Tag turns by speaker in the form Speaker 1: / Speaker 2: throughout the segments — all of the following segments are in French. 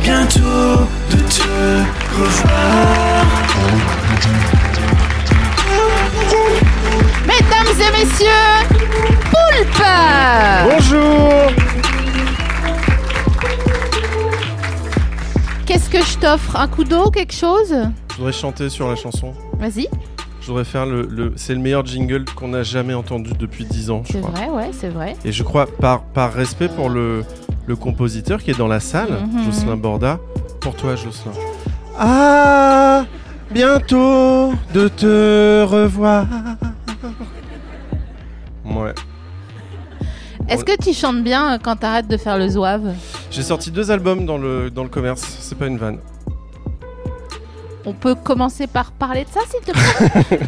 Speaker 1: bientôt de te revoir.
Speaker 2: Mesdames et messieurs, Poulpe
Speaker 3: Bonjour
Speaker 2: Qu'est-ce que je t'offre Un coup d'eau, quelque chose
Speaker 3: Je voudrais chanter sur la chanson.
Speaker 2: Vas-y,
Speaker 3: Je voudrais faire le... le- C'est le meilleur jingle qu'on n'a jamais entendu depuis 10 ans, je
Speaker 2: c'est
Speaker 3: crois.
Speaker 2: vrai, ouais, c'est vrai.
Speaker 3: Et je crois, par, par respect pour le, le compositeur qui est dans la salle,
Speaker 2: Mhm.
Speaker 3: Jocelyn Borda, pour toi, Jocelyn. Ah Bientôt de te revoir. Ouais.
Speaker 2: Est-ce que tu chantes bien euh, quand t'arrêtes de faire le zouave
Speaker 3: J'ai sorti deux albums dans le, dans le commerce, c'est pas une vanne.
Speaker 2: On peut commencer par parler de ça, s'il te plaît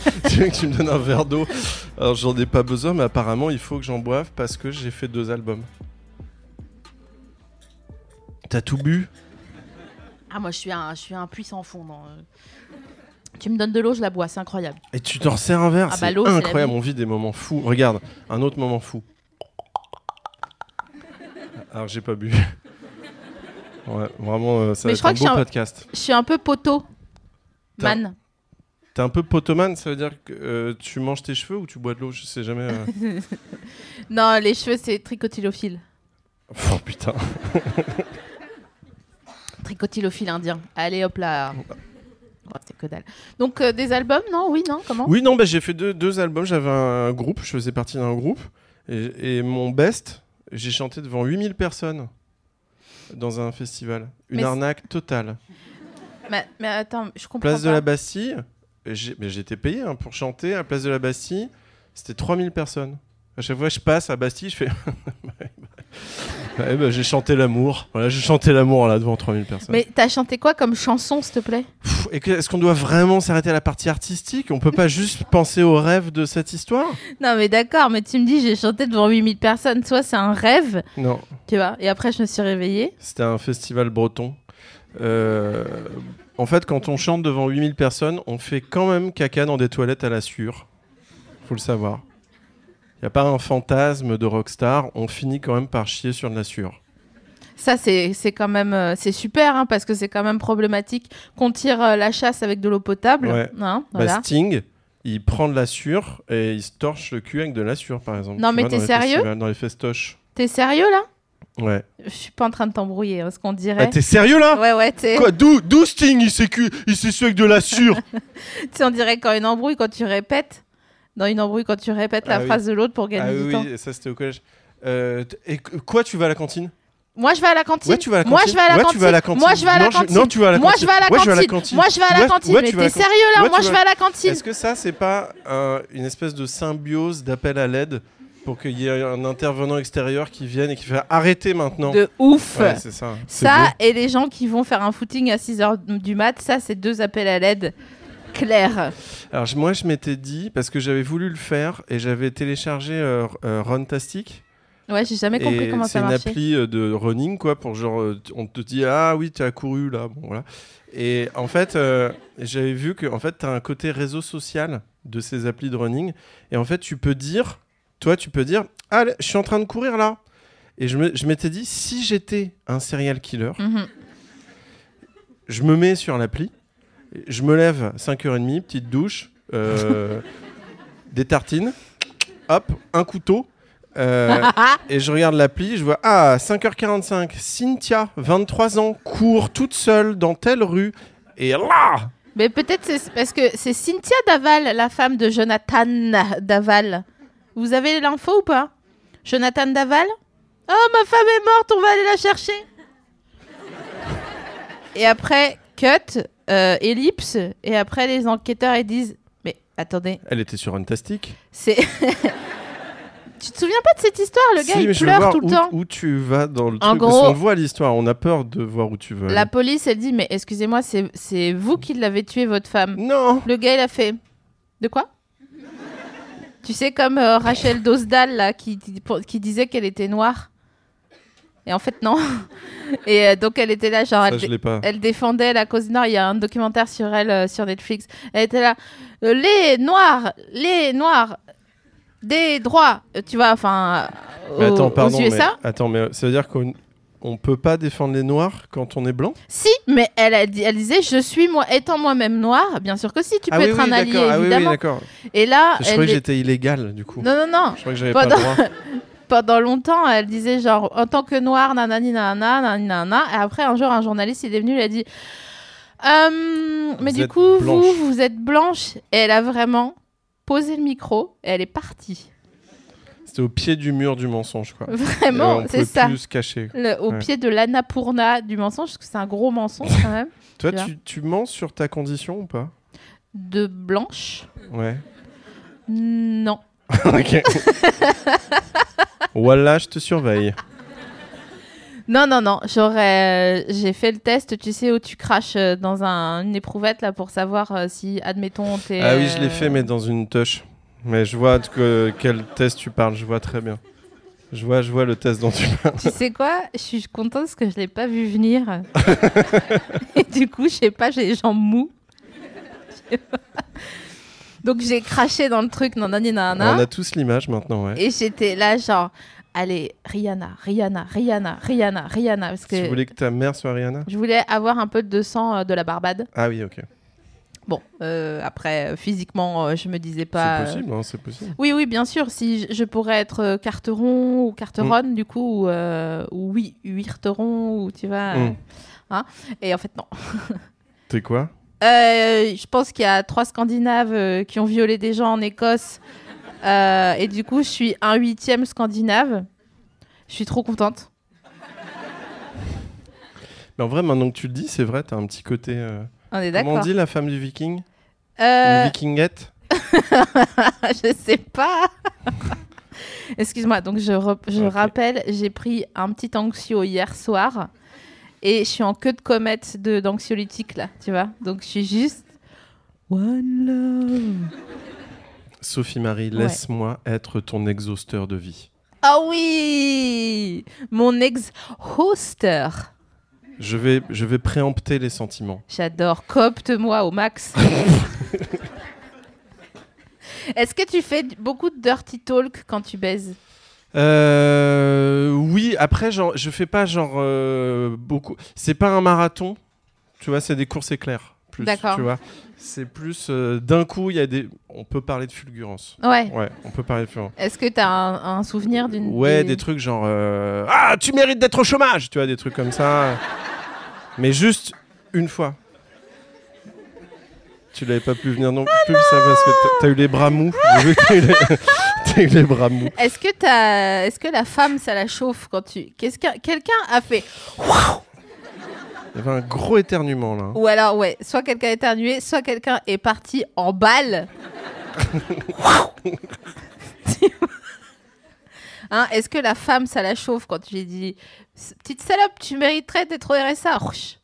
Speaker 3: tu veux que tu me donnes un verre d'eau Alors j'en ai pas besoin, mais apparemment il faut que j'en boive parce que j'ai fait deux albums. T'as tout bu
Speaker 2: Ah, moi, je suis un, je suis un puissant fond. dans, euh. Tu me donnes de l'eau, je la bois, c'est incroyable.
Speaker 3: et tu t'en sers un verre
Speaker 2: Ah bah,
Speaker 3: C'est
Speaker 2: l'eau, c'est la
Speaker 3: incroyable,
Speaker 2: vie.
Speaker 3: on vit des moments fous. Regarde, un autre moment fou. Alors j'ai pas bu. Ouais, vraiment, euh, ça va
Speaker 2: Mais je
Speaker 3: être
Speaker 2: crois
Speaker 3: un
Speaker 2: que
Speaker 3: beau
Speaker 2: j'ai un-
Speaker 3: podcast.
Speaker 2: Je suis un peu poteau.
Speaker 3: T'as-
Speaker 2: Man.
Speaker 3: T'es un peu potomane, ça veut dire que euh, tu manges tes cheveux ou tu bois de l'eau Je sais jamais. euh.
Speaker 2: Non, les cheveux, c'est tricotylophile.
Speaker 3: Oh putain.
Speaker 2: Tricotylophile indien. Allez, hop là
Speaker 3: bah.
Speaker 2: Oh, c'est que dalle. Donc, euh, des albums, non Oui, non Comment
Speaker 3: Oui, non, bah, j'ai fait deux, deux albums. J'avais un groupe, je faisais partie d'un groupe. Et, et mon best, j'ai chanté devant 8000 personnes dans un festival. Une
Speaker 2: Mais c'est-
Speaker 3: arnaque totale.
Speaker 2: mais, mais attends, je comprends
Speaker 3: Place de
Speaker 2: pas.
Speaker 3: la Bastille, j'ai- mais j'étais payé hein, pour chanter. À Place de la Bastille, c'était 3000 personnes. À chaque fois que je passe à Bastille, je fais. Ouais, bah, j'ai chanté l'amour. Voilà, j'ai chanté l'amour là devant 3000 personnes.
Speaker 2: Mais t'as chanté quoi comme chanson, s'il te plaît
Speaker 3: Pff, et que- Est-ce qu'on doit vraiment s'arrêter à la partie artistique On peut pas juste penser au rêve de cette histoire
Speaker 2: Non, mais d'accord, mais tu me dis, j'ai chanté devant 8000 personnes. Soit c'est un rêve,
Speaker 3: Non.
Speaker 2: tu vois, et après je me suis réveillée.
Speaker 3: C'était un festival breton. Euh, en fait, quand on chante devant 8000 personnes, on fait quand même caca dans des toilettes à la sûre. Faut le savoir. Il n'y a pas un fantasme de rockstar, on finit quand même par chier sur de la sûre.
Speaker 2: Ça, c'est c'est quand même euh, c'est super, hein, parce que c'est quand même problématique qu'on tire euh, la chasse avec de l'eau potable.
Speaker 3: Ouais.
Speaker 2: hein,
Speaker 3: Bah,
Speaker 2: voilà.
Speaker 3: Sting, il prend de la sûre et il se torche le cul avec de la sûre, par exemple.
Speaker 2: Non,
Speaker 3: Tu
Speaker 2: mais
Speaker 3: vois, dans
Speaker 2: t'es
Speaker 3: les
Speaker 2: sérieux
Speaker 3: festivals, Dans les festoches.
Speaker 2: T'es sérieux là
Speaker 3: Ouais.
Speaker 2: Je suis pas en train de t'embrouiller, hein, ce qu'on
Speaker 3: Ah,
Speaker 2: dirait.
Speaker 3: t'es sérieux là
Speaker 2: ouais, ouais, t'es.
Speaker 3: Quoi D'où d'où Sting Il s'est cu- il s'est su avec de la sûre
Speaker 2: Tu sais, on dirait quand une embrouille, quand tu répètes. Dans une embrouille, quand tu répètes la
Speaker 3: Ah oui.
Speaker 2: phrase de l'autre pour gagner
Speaker 3: Ah
Speaker 2: du
Speaker 3: oui,
Speaker 2: temps.
Speaker 3: oui, ça c'était au collège. Euh, t- et qu- quoi, tu vas à la cantine
Speaker 2: Moi, je vais à la cantine.
Speaker 3: Ouais, tu vas à la
Speaker 2: Moi,
Speaker 3: cantine.
Speaker 2: je vais à la
Speaker 3: Ouais,
Speaker 2: cantine.
Speaker 3: tu vas à la cantine.
Speaker 2: Moi, je vais à la
Speaker 3: Non, je-
Speaker 2: cantine.
Speaker 3: non, tu vas à la
Speaker 2: Moi, je
Speaker 3: cantine.
Speaker 2: vais à la
Speaker 3: Ouais, je vais à la
Speaker 2: cantine.
Speaker 3: cantine.
Speaker 2: Moi, je vais à la
Speaker 3: Ouais,
Speaker 2: cantine.
Speaker 3: ouais,
Speaker 2: Mais
Speaker 3: tu vas à
Speaker 2: t'es
Speaker 3: la cantine.
Speaker 2: sérieux là
Speaker 3: Ouais,
Speaker 2: Moi,
Speaker 3: tu
Speaker 2: je
Speaker 3: vas
Speaker 2: vais
Speaker 3: à
Speaker 2: à la cantine.
Speaker 3: Est-ce que ça, c'est pas un- une espèce de symbiose d'appel à l'aide pour qu'il y ait un intervenant extérieur qui vienne et qui fait arrêter maintenant
Speaker 2: De ouf.
Speaker 3: Ouais, c'est ça. C'est
Speaker 2: Ça
Speaker 3: beau.
Speaker 2: et les gens qui vont faire un footing à 6h du mat, ça c'est deux appels à l'aide clairs.
Speaker 3: Alors je- moi, je m'étais dit parce que j'avais voulu le faire et j'avais téléchargé euh, euh, Runtastic.
Speaker 2: Ouais, j'ai jamais
Speaker 3: Et
Speaker 2: compris comment
Speaker 3: c'est
Speaker 2: ça
Speaker 3: une
Speaker 2: marchait.
Speaker 3: appli euh, de running, quoi, pour genre, euh, t- on te dit, ah oui, tu as couru là, bon voilà. Et en fait, euh, j'avais vu que, en fait, tu as un côté réseau social de ces applis de running. Et en fait, tu peux dire, toi, tu peux dire, ah, je suis en train de courir là. Et je me- je m'étais dit, si j'étais un serial killer,
Speaker 2: Mhm.
Speaker 3: je me mets sur l'appli, je me lève 5h30, petite douche, euh, des tartines, hop, un couteau. euh, et je regarde l'appli, je vois Ah, 5h45, Cynthia, 23 ans, court toute seule dans telle rue. Et là
Speaker 2: Mais peut-être c'est parce que c'est Cynthia Daval, la femme de Jonathan Daval. Vous avez l'info ou pas Jonathan Daval Oh, ma femme est morte, on va aller la chercher. Et après, cut, euh, ellipse. Et après, les enquêteurs, ils disent Mais attendez,
Speaker 3: Elle était sur une tastique.
Speaker 2: c'est. tu te souviens pas de cette histoire Le gars,
Speaker 3: Si, mais
Speaker 2: il
Speaker 3: je veux voir
Speaker 2: pleure tout le
Speaker 3: où,
Speaker 2: temps.
Speaker 3: Où tu vas dans le
Speaker 2: En
Speaker 3: truc parce
Speaker 2: gros-
Speaker 3: qu'on voit l'histoire, on a peur de voir où tu vas.
Speaker 2: La
Speaker 3: aller.
Speaker 2: police, elle dit Mais excusez-moi, c'est- c'est vous qui l'avez tué, votre femme.
Speaker 3: Non
Speaker 2: Le gars, il a fait De quoi Tu sais, comme euh, Rachel Dosdal, là, qui, pour- qui disait qu'elle était noire. Et en fait, non. Et euh, donc, elle était là, genre,
Speaker 3: Ça,
Speaker 2: elle,
Speaker 3: je l'ai pas.
Speaker 2: Elle défendait la cause noire. Il y a un documentaire sur elle euh, sur Netflix. Elle était là. euh, les noirs, les noirs, des droits. Euh, Tu vois, enfin, euh,
Speaker 3: Mais
Speaker 2: aux-
Speaker 3: attends, pardon.
Speaker 2: aux
Speaker 3: Mais,
Speaker 2: USA.
Speaker 3: attends, mais euh, ça veut dire qu'on on peut pas défendre les noirs quand on est blanc
Speaker 2: Si, mais elle, a dit- elle disait Je suis moi, étant moi-même noire. Bien sûr que si, tu peux
Speaker 3: Ah oui,
Speaker 2: être
Speaker 3: oui,
Speaker 2: un allié,
Speaker 3: d'accord. Ah oui, oui,
Speaker 2: évidemment.
Speaker 3: d'accord.
Speaker 2: Et là,
Speaker 3: Je
Speaker 2: elle
Speaker 3: croyais que
Speaker 2: est-
Speaker 3: j'étais illégal, du coup.
Speaker 2: Non, non, non.
Speaker 3: Je croyais que j'avais pas
Speaker 2: Pendant-
Speaker 3: le droit.
Speaker 2: Pendant longtemps, elle disait genre en tant que noire, nanani, nanana, nanani, nanana. Et après, un jour, un journaliste il est venu, il a dit Hum, Mais
Speaker 3: Vous
Speaker 2: du
Speaker 3: êtes
Speaker 2: coup,
Speaker 3: blanche.
Speaker 2: vous, vous êtes blanche. Et elle a vraiment posé le micro et elle est partie.
Speaker 3: C'était au pied du mur du mensonge, quoi. Et
Speaker 2: Vraiment,
Speaker 3: on
Speaker 2: c'est
Speaker 3: pouvait
Speaker 2: ça.
Speaker 3: plus se cacher.
Speaker 2: Le- au
Speaker 3: Ouais.
Speaker 2: pied de l'anapourna du mensonge, parce que c'est un gros mensonge quand même,
Speaker 3: Toi,
Speaker 2: Tu vois.
Speaker 3: tu, tu mens sur ta condition ou pas
Speaker 2: de blanche.
Speaker 3: Ouais.
Speaker 2: Non.
Speaker 3: ok. voilà, je te surveille.
Speaker 2: Non, non, non. J'aurais, j'ai fait le test, tu sais, où tu craches euh, dans un- une éprouvette là pour savoir euh, si, admettons, t'es.
Speaker 3: Ah oui, je l'ai
Speaker 2: euh,
Speaker 3: fait, mais dans une touche. Mais je vois de que- quel test tu parles, je vois très bien. Je vois, je vois le test dont tu parles.
Speaker 2: Tu sais quoi Je suis contente parce que je l'ai pas vu venir. Et du coup, je sais pas, j'ai les jambes mous. Je sais pas. Donc j'ai craché dans le truc, nanani, nanana.
Speaker 3: On a tous l'image maintenant, ouais.
Speaker 2: Et j'étais là genre, allez, Rihanna, Rihanna, Rihanna, Rihanna, Rihanna. Parce que
Speaker 3: Tu voulais que ta mère soit Rihanna
Speaker 2: je voulais avoir un peu de sang euh, de la Barbade.
Speaker 3: Ah oui, ok.
Speaker 2: Bon, euh, après, euh, physiquement, euh, je me disais pas...
Speaker 3: C'est possible, hein, c'est possible.
Speaker 2: Oui, oui, bien sûr. Si je, je pourrais être euh, carteron ou carteronne,
Speaker 3: Mm.
Speaker 2: du coup, ou, euh, ou oui, huirteron, ou tu vois. euh,
Speaker 3: Mm.
Speaker 2: hein. Et en fait, non.
Speaker 3: T'es quoi
Speaker 2: Euh, je pense qu'il y a trois Scandinaves euh, qui ont violé des gens en Écosse. Euh, et du coup, je suis un huitième Scandinave. Je suis trop contente.
Speaker 3: Mais en vrai, maintenant que tu le dis, c'est vrai, t'as un petit côté. euh,
Speaker 2: On est
Speaker 3: Comment on
Speaker 2: d'accord.
Speaker 3: dit la femme du viking
Speaker 2: Euh,
Speaker 3: Une vikingette
Speaker 2: je sais pas. Excuse-moi, donc je, re- je
Speaker 3: Ok.
Speaker 2: rappelle, j'ai pris un petit anxio hier soir et je suis en queue de comète de- d'anxiolytique là, tu vois. Donc je suis juste. One love.
Speaker 3: Sophie Marie,
Speaker 2: Ouais.
Speaker 3: laisse-moi être ton exhausteur de vie.
Speaker 2: Ah oui Mon ex-hoster.
Speaker 3: Je vais, je vais préempter les sentiments.
Speaker 2: J'adore. Copte-moi au max. Est-ce que tu fais d- beaucoup de dirty talk quand tu baises
Speaker 3: Euh, oui, après, genre, je fais pas genre euh, beaucoup. C'est pas un marathon, tu vois, c'est des courses éclairs. Plus,
Speaker 2: D'accord.
Speaker 3: Tu vois, c'est plus euh, d'un coup, il y a des. On peut parler de fulgurance.
Speaker 2: Ouais.
Speaker 3: Ouais, on peut parler de fulgurance.
Speaker 2: Est-ce que t'as un, un souvenir d'une.
Speaker 3: Ouais,
Speaker 2: des-
Speaker 3: des trucs genre euh, ah, tu mérites d'être au chômage, tu vois, des trucs comme ça. Mais juste une fois. Tu l'avais pas pu venir non
Speaker 2: Ah
Speaker 3: plus ça parce que t'as- t'as eu les bras mous. J'ai vu que T'as eu les- t'as eu les bras mous.
Speaker 2: Est-ce que, t'as... Est-ce que la femme, ça la chauffe quand tu. Qu'est-ce que... Quelqu'un a fait.
Speaker 3: Il y avait un gros éternuement là.
Speaker 2: Ou alors, ouais, soit quelqu'un a éternué, soit quelqu'un est parti en balle. Tu vois Hein, est-ce que la femme, ça la chauffe quand tu lui dis Petite salope, tu mériterais d'être au RSA Rouch.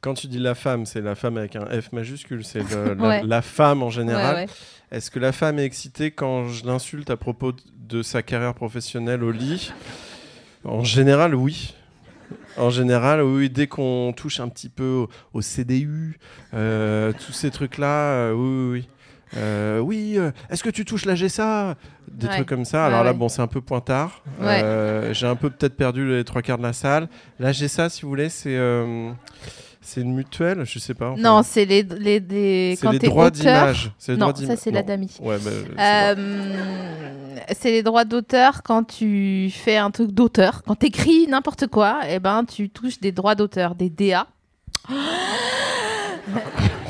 Speaker 3: Quand tu dis la femme, c'est la femme avec un F majuscule, c'est le- la,
Speaker 2: Ouais.
Speaker 3: la femme en
Speaker 2: Ouais,
Speaker 3: général.
Speaker 2: ouais.
Speaker 3: Est-ce que la femme est excitée quand je l'insulte à propos de- de sa carrière professionnelle au lit En général, oui. En général, oui, dès qu'on touche un petit peu au, au CDU, euh, tous ces trucs-là, euh, oui, oui, oui. Euh, oui, euh, est-ce que tu touches la GSA Des
Speaker 2: Ouais.
Speaker 3: trucs comme ça.
Speaker 2: Ouais,
Speaker 3: Alors là,
Speaker 2: ouais.
Speaker 3: bon, c'est un peu pointard.
Speaker 2: Ouais.
Speaker 3: Euh, J'ai un peu peut-être perdu les trois quarts de la salle. La GSA, si vous voulez, c'est euh, c'est une mutuelle, je sais pas. enfin,
Speaker 2: Non, c'est les, les, les-
Speaker 3: c'est
Speaker 2: quand
Speaker 3: les
Speaker 2: t'es
Speaker 3: droits
Speaker 2: auteur.
Speaker 3: d'image. C'est les
Speaker 2: Non,
Speaker 3: droits d'ima-
Speaker 2: ça, c'est la
Speaker 3: non.
Speaker 2: damie.
Speaker 3: Ouais, bah, c'est vrai.
Speaker 2: Euh, c'est les droits d'auteur quand tu fais un truc d'auteur, quand t'écris n'importe quoi, et ben tu touches des droits d'auteur, des DA.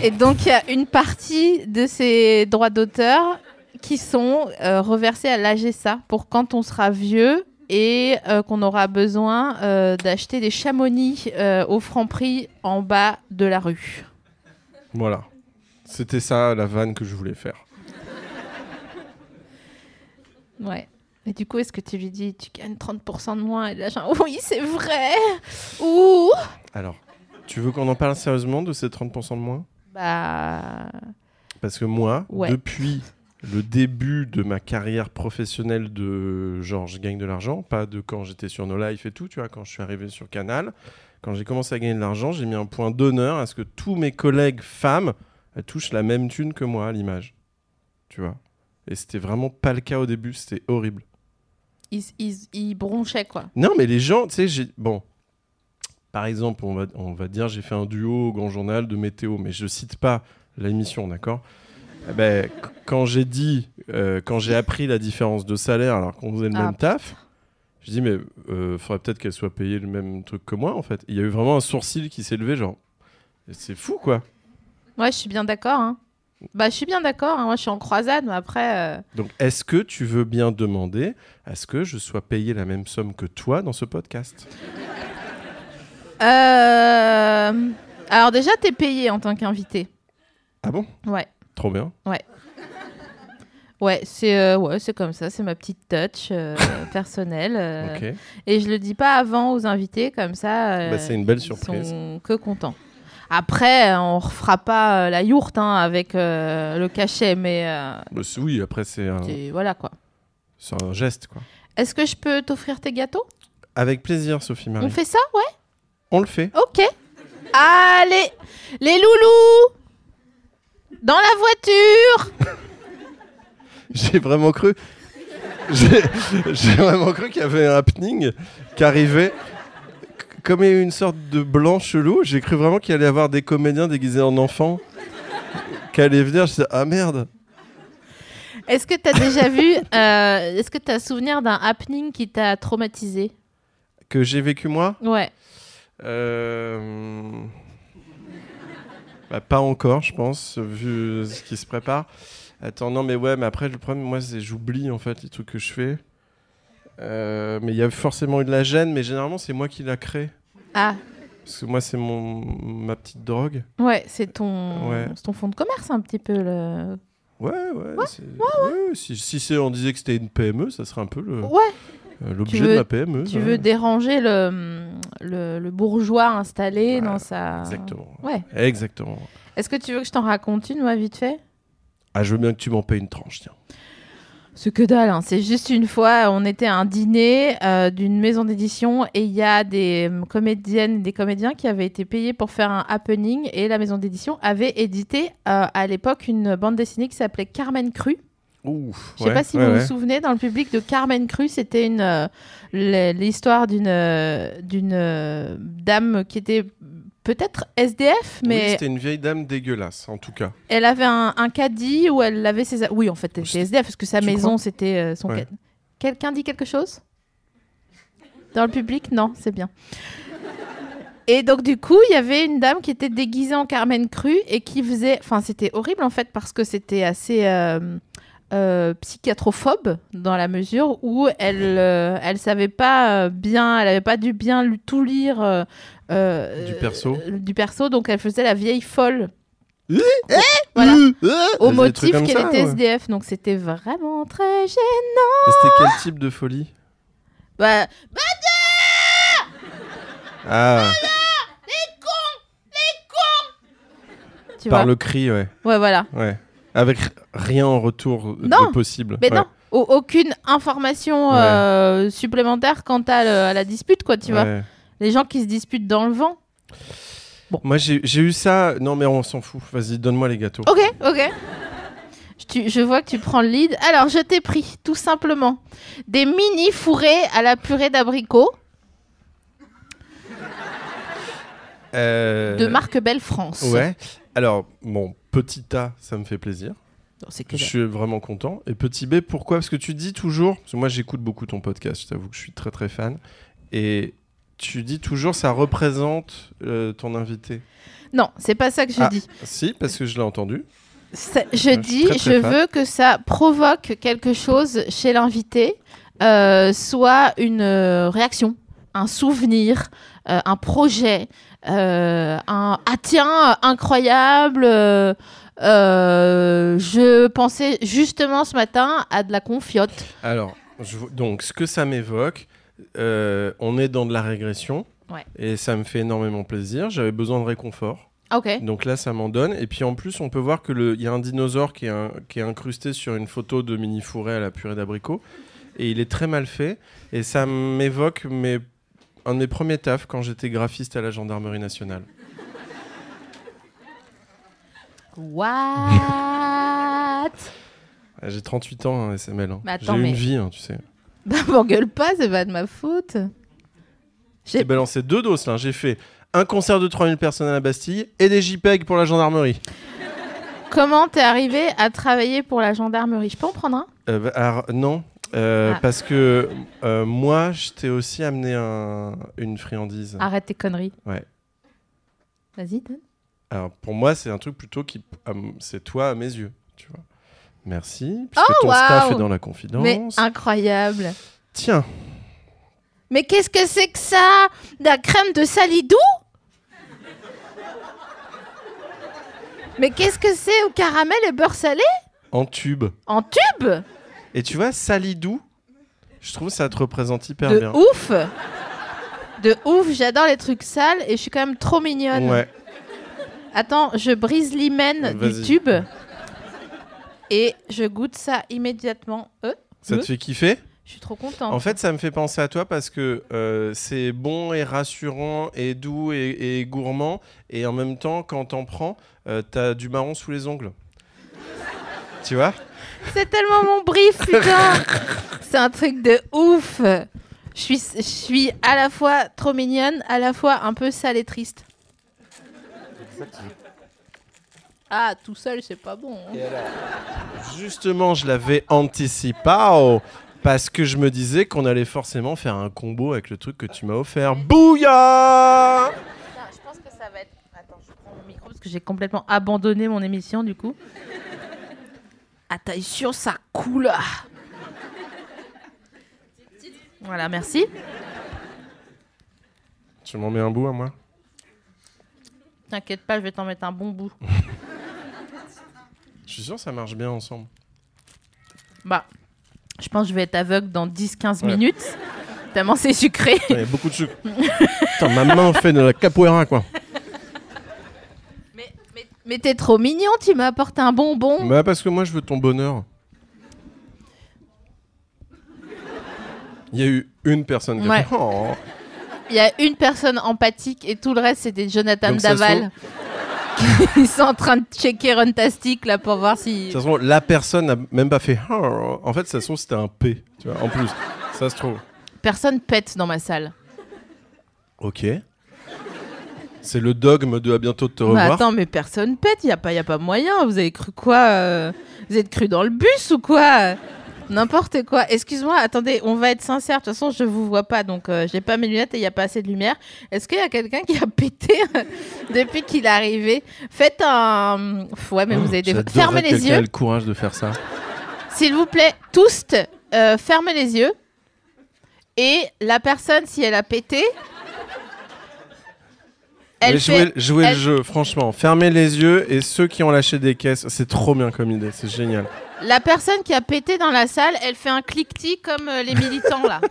Speaker 2: et donc il y a une partie de ces droits d'auteur qui sont euh, reversés à l'AGSA pour quand on sera vieux, et euh, qu'on aura besoin euh, d'acheter des chamonix euh, au franc prix en bas de la rue.
Speaker 3: Voilà. C'était ça la vanne que je voulais faire.
Speaker 2: Ouais. Et du coup, est-ce que tu lui dis tu gagnes 30% de moins Et là, genre, oui, c'est vrai Ouh
Speaker 3: Alors, tu veux qu'on en parle sérieusement de ces 30% de moins
Speaker 2: Bah.
Speaker 3: Parce que moi,
Speaker 2: Ouais.
Speaker 3: depuis le début de ma carrière professionnelle de genre je gagne de l'argent, pas de quand j'étais sur No Life et tout, tu vois, quand je suis arrivé sur Canal, quand j'ai commencé à gagner de l'argent, j'ai mis un point d'honneur à ce que tous mes collègues femmes elles touchent la même thune que moi à l'image. Tu vois Et c'était vraiment pas le cas au début, c'était horrible.
Speaker 2: Il, il- il bronchait, quoi.
Speaker 3: Non, mais les gens, tu sais, j'ai. Bon. Par exemple, on va, on va dire, j'ai fait un duo au Grand Journal de météo, mais je cite pas l'émission, d'accord Eh ben, qu- Quand j'ai dit, euh, quand j'ai appris la différence de salaire alors qu'on faisait le
Speaker 2: Ah,
Speaker 3: même taf, je dis, mais euh, faudrait peut-être qu'elle soit payée le même truc que moi, en fait. Il y a eu vraiment un sourcil qui s'est levé, genre, c'est fou, quoi.
Speaker 2: Ouais, je suis bien d'accord. hein. Bah, je suis bien d'accord. hein. Moi, je suis en croisade, mais après. euh,
Speaker 3: Donc, est-ce que tu veux bien demander à ce que je sois payé la même somme que toi dans ce podcast
Speaker 2: euh, Alors, déjà, t'es payé en tant qu'invité.
Speaker 3: Ah bon
Speaker 2: Ouais.
Speaker 3: Trop bien.
Speaker 2: Ouais, c'est euh, ouais, c'est comme ça. C'est ma petite touch euh, personnelle. euh,
Speaker 3: Ok.
Speaker 2: Et je le dis pas avant aux invités, comme ça. euh,
Speaker 3: Bah, c'est une belle
Speaker 2: Ils
Speaker 3: surprise.
Speaker 2: sont que contents. Après, euh, on refera pas euh, la yourte hein, avec euh, le cachet, mais euh,
Speaker 3: Bah, c'est- oui, après, c'est un,
Speaker 2: c'est- voilà quoi.
Speaker 3: c'est un geste, quoi.
Speaker 2: Est-ce que je peux t'offrir tes gâteaux
Speaker 3: Avec plaisir, Sophie Marie.
Speaker 2: On fait ça, ouais
Speaker 3: On le fait.
Speaker 2: Ok. Allez, les loulous Dans la voiture
Speaker 3: J'ai vraiment cru. J'ai j'ai vraiment cru qu'il y avait un happening qui arrivait. C- Comme il y a eu une sorte de blanc chelou, j'ai cru vraiment qu'il allait y avoir des comédiens déguisés en enfants qui allaient venir. Je disais, ah merde
Speaker 2: Est-ce que t'as déjà vu, euh, est-ce que t'as souvenir d'un happening qui t'a traumatisé
Speaker 3: Que j'ai vécu moi
Speaker 2: Ouais.
Speaker 3: Euh, bah, Pas encore, je pense, vu ce qui se prépare. Attends, non, mais ouais, mais après, le problème, moi, c'est j'oublie en fait les trucs que je fais. Euh, mais il y a forcément eu de la gêne, mais généralement, c'est moi qui la crée.
Speaker 2: Ah,
Speaker 3: Parce que moi, c'est mon ma petite drogue.
Speaker 2: ouais, c'est ton,
Speaker 3: Ouais.
Speaker 2: c'est ton fonds de commerce un petit peu. Le...
Speaker 3: Ouais, ouais. c'est- ouais, si si c'est- on disait que c'était une PME, ça serait un peu le-
Speaker 2: Ouais,
Speaker 3: euh, l'objet
Speaker 2: Oh, Tu veux-
Speaker 3: de ma PME.
Speaker 2: tu
Speaker 3: ça.
Speaker 2: veux déranger le, le, le bourgeois installé
Speaker 3: Voilà,
Speaker 2: dans sa...
Speaker 3: Exactement.
Speaker 2: Ouais.
Speaker 3: Exactement.
Speaker 2: Est-ce que tu veux que je t'en raconte une, moi, vite fait
Speaker 3: Ah, je veux bien que tu m'en payes une tranche, tiens.
Speaker 2: C'est que dalle, hein. c'est juste une fois, on était à un dîner euh, d'une maison d'édition et il y a des euh, comédiennes et des comédiens qui avaient été payés pour faire un happening et la maison d'édition avait édité euh, à l'époque une bande dessinée qui s'appelait Carmen Crue.
Speaker 3: Ouf.
Speaker 2: Je sais pas si vous vous souvenez, dans le public de Carmen Crue, c'était une euh, l- l'histoire d'une euh, d'une euh, dame qui était peut-être SDF,
Speaker 3: Oui,
Speaker 2: mais
Speaker 3: c'était une vieille dame dégueulasse, en tout cas.
Speaker 2: elle avait un, un caddie où elle lavait ses. a- Oui, en fait, elle était
Speaker 3: C'était-
Speaker 2: SDF parce que sa
Speaker 3: Oh, tu
Speaker 2: maison,
Speaker 3: crois
Speaker 2: c'était euh, son
Speaker 3: Ouais.
Speaker 2: caddie. Quelqu'un dit quelque chose Dans le public Non, c'est bien. Et donc, du coup, il y avait une dame qui était déguisée en Carmen Crue et qui faisait. Enfin, c'était horrible en fait parce que c'était assez. euh, euh, psychiatrophobe dans la mesure où elle euh, elle savait pas euh, bien elle avait pas dû bien lu- tout lire euh, euh,
Speaker 3: Du perso.
Speaker 2: euh, du perso donc elle faisait la vieille folle
Speaker 3: Eh
Speaker 2: Voilà. Mmh. Ah,
Speaker 3: Euh,
Speaker 2: au
Speaker 3: Des trucs
Speaker 2: motif
Speaker 3: comme
Speaker 2: qu'elle
Speaker 3: ça,
Speaker 2: était
Speaker 3: ouais.
Speaker 2: SDF donc c'était vraiment très gênant
Speaker 3: Mais C'était quel type de folie
Speaker 2: bah,
Speaker 3: Ah,
Speaker 2: tu
Speaker 3: par
Speaker 2: vois
Speaker 3: le cri, ouais.
Speaker 2: ouais voilà
Speaker 3: ouais. Avec r- rien en retour de-
Speaker 2: Non,
Speaker 3: de possible.
Speaker 2: mais
Speaker 3: Ouais.
Speaker 2: non au- aucune information
Speaker 3: Ouais.
Speaker 2: euh, supplémentaire quant à, le- à la dispute quoi tu vois
Speaker 3: Ouais.
Speaker 2: les gens qui se disputent dans le vent
Speaker 3: Moi, j'ai j'ai eu ça. Non, mais on s'en fout. Vas-y, donne-moi les gâteaux.
Speaker 2: Ok, ok. Je, tu- je vois que tu prends le lead. Alors, je t'ai pris, tout simplement, des mini fourrés à la purée d'abricot
Speaker 3: Euh,
Speaker 2: de marque Belle France.
Speaker 3: Ouais. Alors, bon, petit A, ça me fait plaisir.
Speaker 2: Non, c'est que
Speaker 3: Je suis vraiment content. Et petit B, pourquoi Parce que tu dis toujours, parce que moi j'écoute beaucoup ton podcast, je t'avoue que je suis très très fan, et tu dis toujours ça représente euh, ton invité.
Speaker 2: Non, c'est pas ça que je
Speaker 3: Ah.
Speaker 2: dis.
Speaker 3: Si, parce que je l'ai entendu.
Speaker 2: C'est- Je
Speaker 3: suis
Speaker 2: dis,
Speaker 3: très, très
Speaker 2: je
Speaker 3: fan.
Speaker 2: veux que ça provoque quelque chose chez l'invité euh, soit une euh, réaction, un souvenir, euh, un projet, euh, un ah tiens, euh, incroyable. euh, euh, je pensais justement ce matin à de la confiote.
Speaker 3: Alors, je vo- donc, ce que ça m'évoque, euh, on est dans de la régression.
Speaker 2: Ouais.
Speaker 3: Et ça me fait énormément plaisir. J'avais besoin de réconfort.
Speaker 2: Ah, ok.
Speaker 3: Donc là, ça m'en donne. Et puis en plus, on peut voir qu'il y a un dinosaure qui est, un- qui est incrusté sur une photo de mini fourré à la purée d'abricot. Et il est très mal fait. Et ça m'évoque mes- un de mes premiers tafs quand j'étais graphiste à la gendarmerie nationale.
Speaker 2: What
Speaker 3: Ah, J'ai 38 ans, hein, SML. hein.
Speaker 2: Mais
Speaker 3: J'ai
Speaker 2: attends,
Speaker 3: eu
Speaker 2: mais-
Speaker 3: une vie, hein, tu sais.
Speaker 2: Bah, m'engueule pas, c'est pas de ma faute.
Speaker 3: J'ai balancé deux doses là. J'ai fait un concert de 3000 personnes à la Bastille et des JPEG pour la gendarmerie.
Speaker 2: Comment t'es arrivé à travailler pour la gendarmerie Je peux en prendre un
Speaker 3: Euh, bah, alors, non, euh,
Speaker 2: Ah.
Speaker 3: parce que euh, moi, je t'ai aussi amené un- une friandise.
Speaker 2: Arrête tes conneries.
Speaker 3: Ouais.
Speaker 2: Vas-y, donne.
Speaker 3: Alors, pour moi, c'est un truc plutôt qui. à m- c'est toi à mes yeux, tu vois. Merci, puisque ton
Speaker 2: Oh, waouh
Speaker 3: staff est dans la
Speaker 2: Mais
Speaker 3: confidence.
Speaker 2: incroyable.
Speaker 3: Tiens,
Speaker 2: Mais qu'est-ce que c'est que ça De La crème de salidou Mais qu'est-ce que c'est au caramel et beurre salé
Speaker 3: en tube.
Speaker 2: En tube
Speaker 3: Et tu vois, Salidou, je trouve ça te représente hyper
Speaker 2: De
Speaker 3: bien.
Speaker 2: ouf De ouf, j'adore les trucs sales et je suis quand même trop mignonne.
Speaker 3: ouais. Euh,
Speaker 2: Attends, je brise l'hymen du
Speaker 3: Vas-y.
Speaker 2: tube et je goûte ça immédiatement. Euh,
Speaker 3: Ça
Speaker 2: euh,
Speaker 3: te fait kiffer
Speaker 2: Je suis trop contente.
Speaker 3: En fait, ça me fait penser à toi parce que euh, c'est bon et rassurant et doux et, et gourmand. Et en même temps, quand t'en prends, euh, t'as du marron sous les ongles. tu vois
Speaker 2: C'est tellement mon brief, putain C'est un truc de ouf Je suis, je suis à la fois trop mignonne, à la fois un peu sale et triste. Ah, tout seul, c'est pas bon. hein.
Speaker 3: Justement, je l'avais anticipé oh, parce que je me disais qu'on allait forcément faire un combo avec le truc que tu m'as offert. Bouya
Speaker 2: Putain, je pense que ça va être... Attends, je prends mon micro parce que j'ai complètement abandonné mon émission, du coup. Attention, ça coule Voilà, merci.
Speaker 3: Tu m'en mets un bout à moi
Speaker 2: T'inquiète pas, je vais t'en mettre un bon bout.
Speaker 3: Je suis sûr que ça marche bien ensemble.
Speaker 2: Bah, je pense que je vais être aveugle dans 10-15
Speaker 3: Ouais.
Speaker 2: minutes. Tellement c'est sucré.
Speaker 3: Il y a beaucoup de sucre. Putain, ma main fait de la capoeira, quoi.
Speaker 2: Mais, mais, mais t'es trop mignon, tu m'as apporté un bonbon.
Speaker 3: Bah, parce que moi, je veux ton bonheur. Il y a eu une personne qui a
Speaker 2: Ouais.
Speaker 3: fait, Oh.
Speaker 2: Il y a une personne empathique et tout le reste, c'était Jonathan
Speaker 3: Donc ça se
Speaker 2: Daval. Ils sont en train de checker Runtastic là pour voir si.
Speaker 3: De toute façon, la personne n'a même pas fait. Oh. En fait, ça se trouve, c'était un P. Tu vois, en plus, ça se trouve.
Speaker 2: Personne pète dans ma salle.
Speaker 3: Ok. C'est le dogme de à bientôt de te
Speaker 2: Bah
Speaker 3: revoir.
Speaker 2: attends, mais personne pète, il n'y a, pas- y a pas moyen. Vous avez cru quoi euh, Vous êtes cru dans le bus ou quoi N'importe quoi. Excuse-moi, attendez, on va être sincère. De toute façon, je vous vois pas, donc euh, j'ai pas mes lunettes et il n'y a pas assez de lumière. Est-ce qu'il y a quelqu'un qui a pété depuis qu'il est arrivé Faites un. Ouais, mais vous avez des.
Speaker 3: J'adorerais
Speaker 2: Fermez
Speaker 3: que
Speaker 2: les
Speaker 3: quelqu'un ait
Speaker 2: yeux,
Speaker 3: le courage de faire ça.
Speaker 2: s'il vous plaît, tous, euh, fermez les yeux. Et la personne, si elle a pété, elle
Speaker 3: Allez,
Speaker 2: fait.
Speaker 3: jouez, jouez
Speaker 2: elle-
Speaker 3: le jeu, franchement. Fermez les yeux et ceux qui ont lâché des caisses, c'est trop bien comme idée, c'est génial.
Speaker 2: La personne qui a pété dans la salle, elle fait un cliquetis comme euh, les militants là.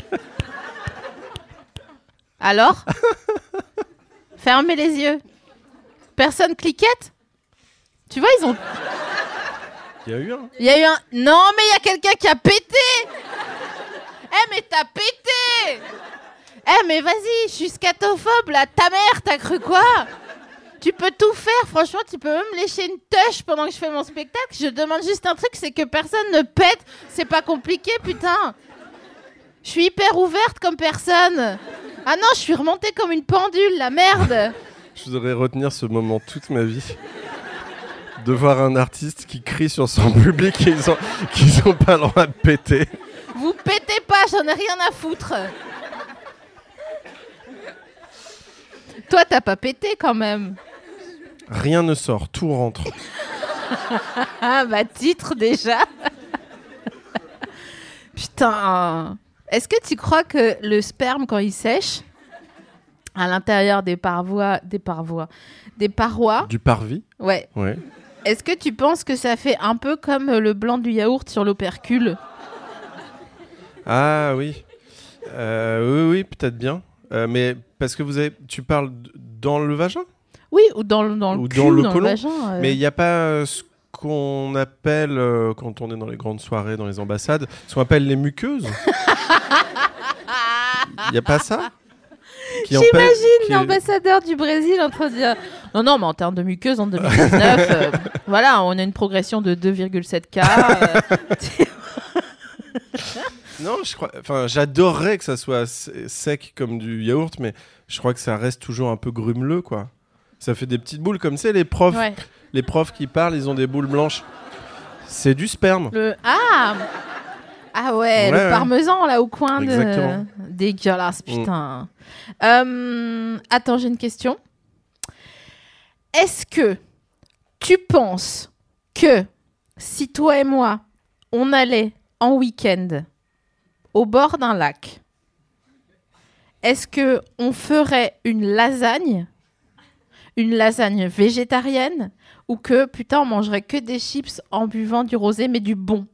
Speaker 2: Alors Fermez les yeux. Personne cliquette Tu vois, ils ont.
Speaker 3: Il y a eu un.
Speaker 2: Il y a eu un. Non, mais il y a quelqu'un qui a pété Eh, mais t'as pété Eh, mais vas-y, je suis scatophobe là, ta mère, t'as cru quoi tu peux tout faire, franchement, tu peux même lécher une touche pendant que je fais mon spectacle. Je demande juste un truc, c'est que personne ne pète. C'est pas compliqué, putain. Je suis hyper ouverte comme personne. Ah non, je suis remontée comme une pendule, la merde.
Speaker 3: Je voudrais retenir ce moment toute ma vie. De voir un artiste qui crie sur son public et ils ont, qu'ils ont pas le droit de péter.
Speaker 2: Vous pétez pas, j'en ai rien à foutre. Toi, t'as pas pété quand même.
Speaker 3: Rien ne sort, tout rentre.
Speaker 2: Ah, bah, titre déjà. Putain. Est-ce que tu crois que le sperme, quand il sèche, à l'intérieur des parois, des parois, des parois,
Speaker 3: Du parvis
Speaker 2: ouais.
Speaker 3: Ouais.
Speaker 2: Est-ce que tu penses que ça fait un peu comme le blanc du yaourt sur l'opercule
Speaker 3: Ah oui. Euh, oui, oui, peut-être bien. Euh, mais parce que vous avez, tu parles d- dans le vagin,
Speaker 2: Oui, ou dans le dans le,
Speaker 3: Ou
Speaker 2: cul,
Speaker 3: dans le
Speaker 2: dans
Speaker 3: côlon.
Speaker 2: vagin, euh.
Speaker 3: mais il n'y a pas euh, ce qu'on appelle euh, quand on est dans les grandes soirées, dans les ambassades, ce qu'on appelle les muqueuses. Il n'y a pas ça Qui empê-
Speaker 2: J'imagine
Speaker 3: qui-
Speaker 2: l'ambassadeur du Brésil en train de dire non non mais en termes de muqueuse en 2019 euh, voilà on a une progression de 2,7K euh,
Speaker 3: Non, je crois. Enfin, j'adorerais que ça soit se- sec comme du yaourt, mais je crois que ça reste toujours un peu grumeleux, quoi. Ça fait des petites boules comme c'est les profs.
Speaker 2: ouais.
Speaker 3: Les profs qui parlent, ils ont des boules blanches. C'est du sperme.
Speaker 2: le ah ah ouais,
Speaker 3: Ouais,
Speaker 2: le
Speaker 3: ouais.
Speaker 2: parmesan là au coin
Speaker 3: Exactement.
Speaker 2: de dégueulasse putain Euh, attends j'ai une question est-ce que tu penses que si toi et moi on allait en week-end au bord d'un lac est-ce que on ferait une lasagne une lasagne végétarienne ou que putain on mangerait que des chips en buvant du rosé mais du bon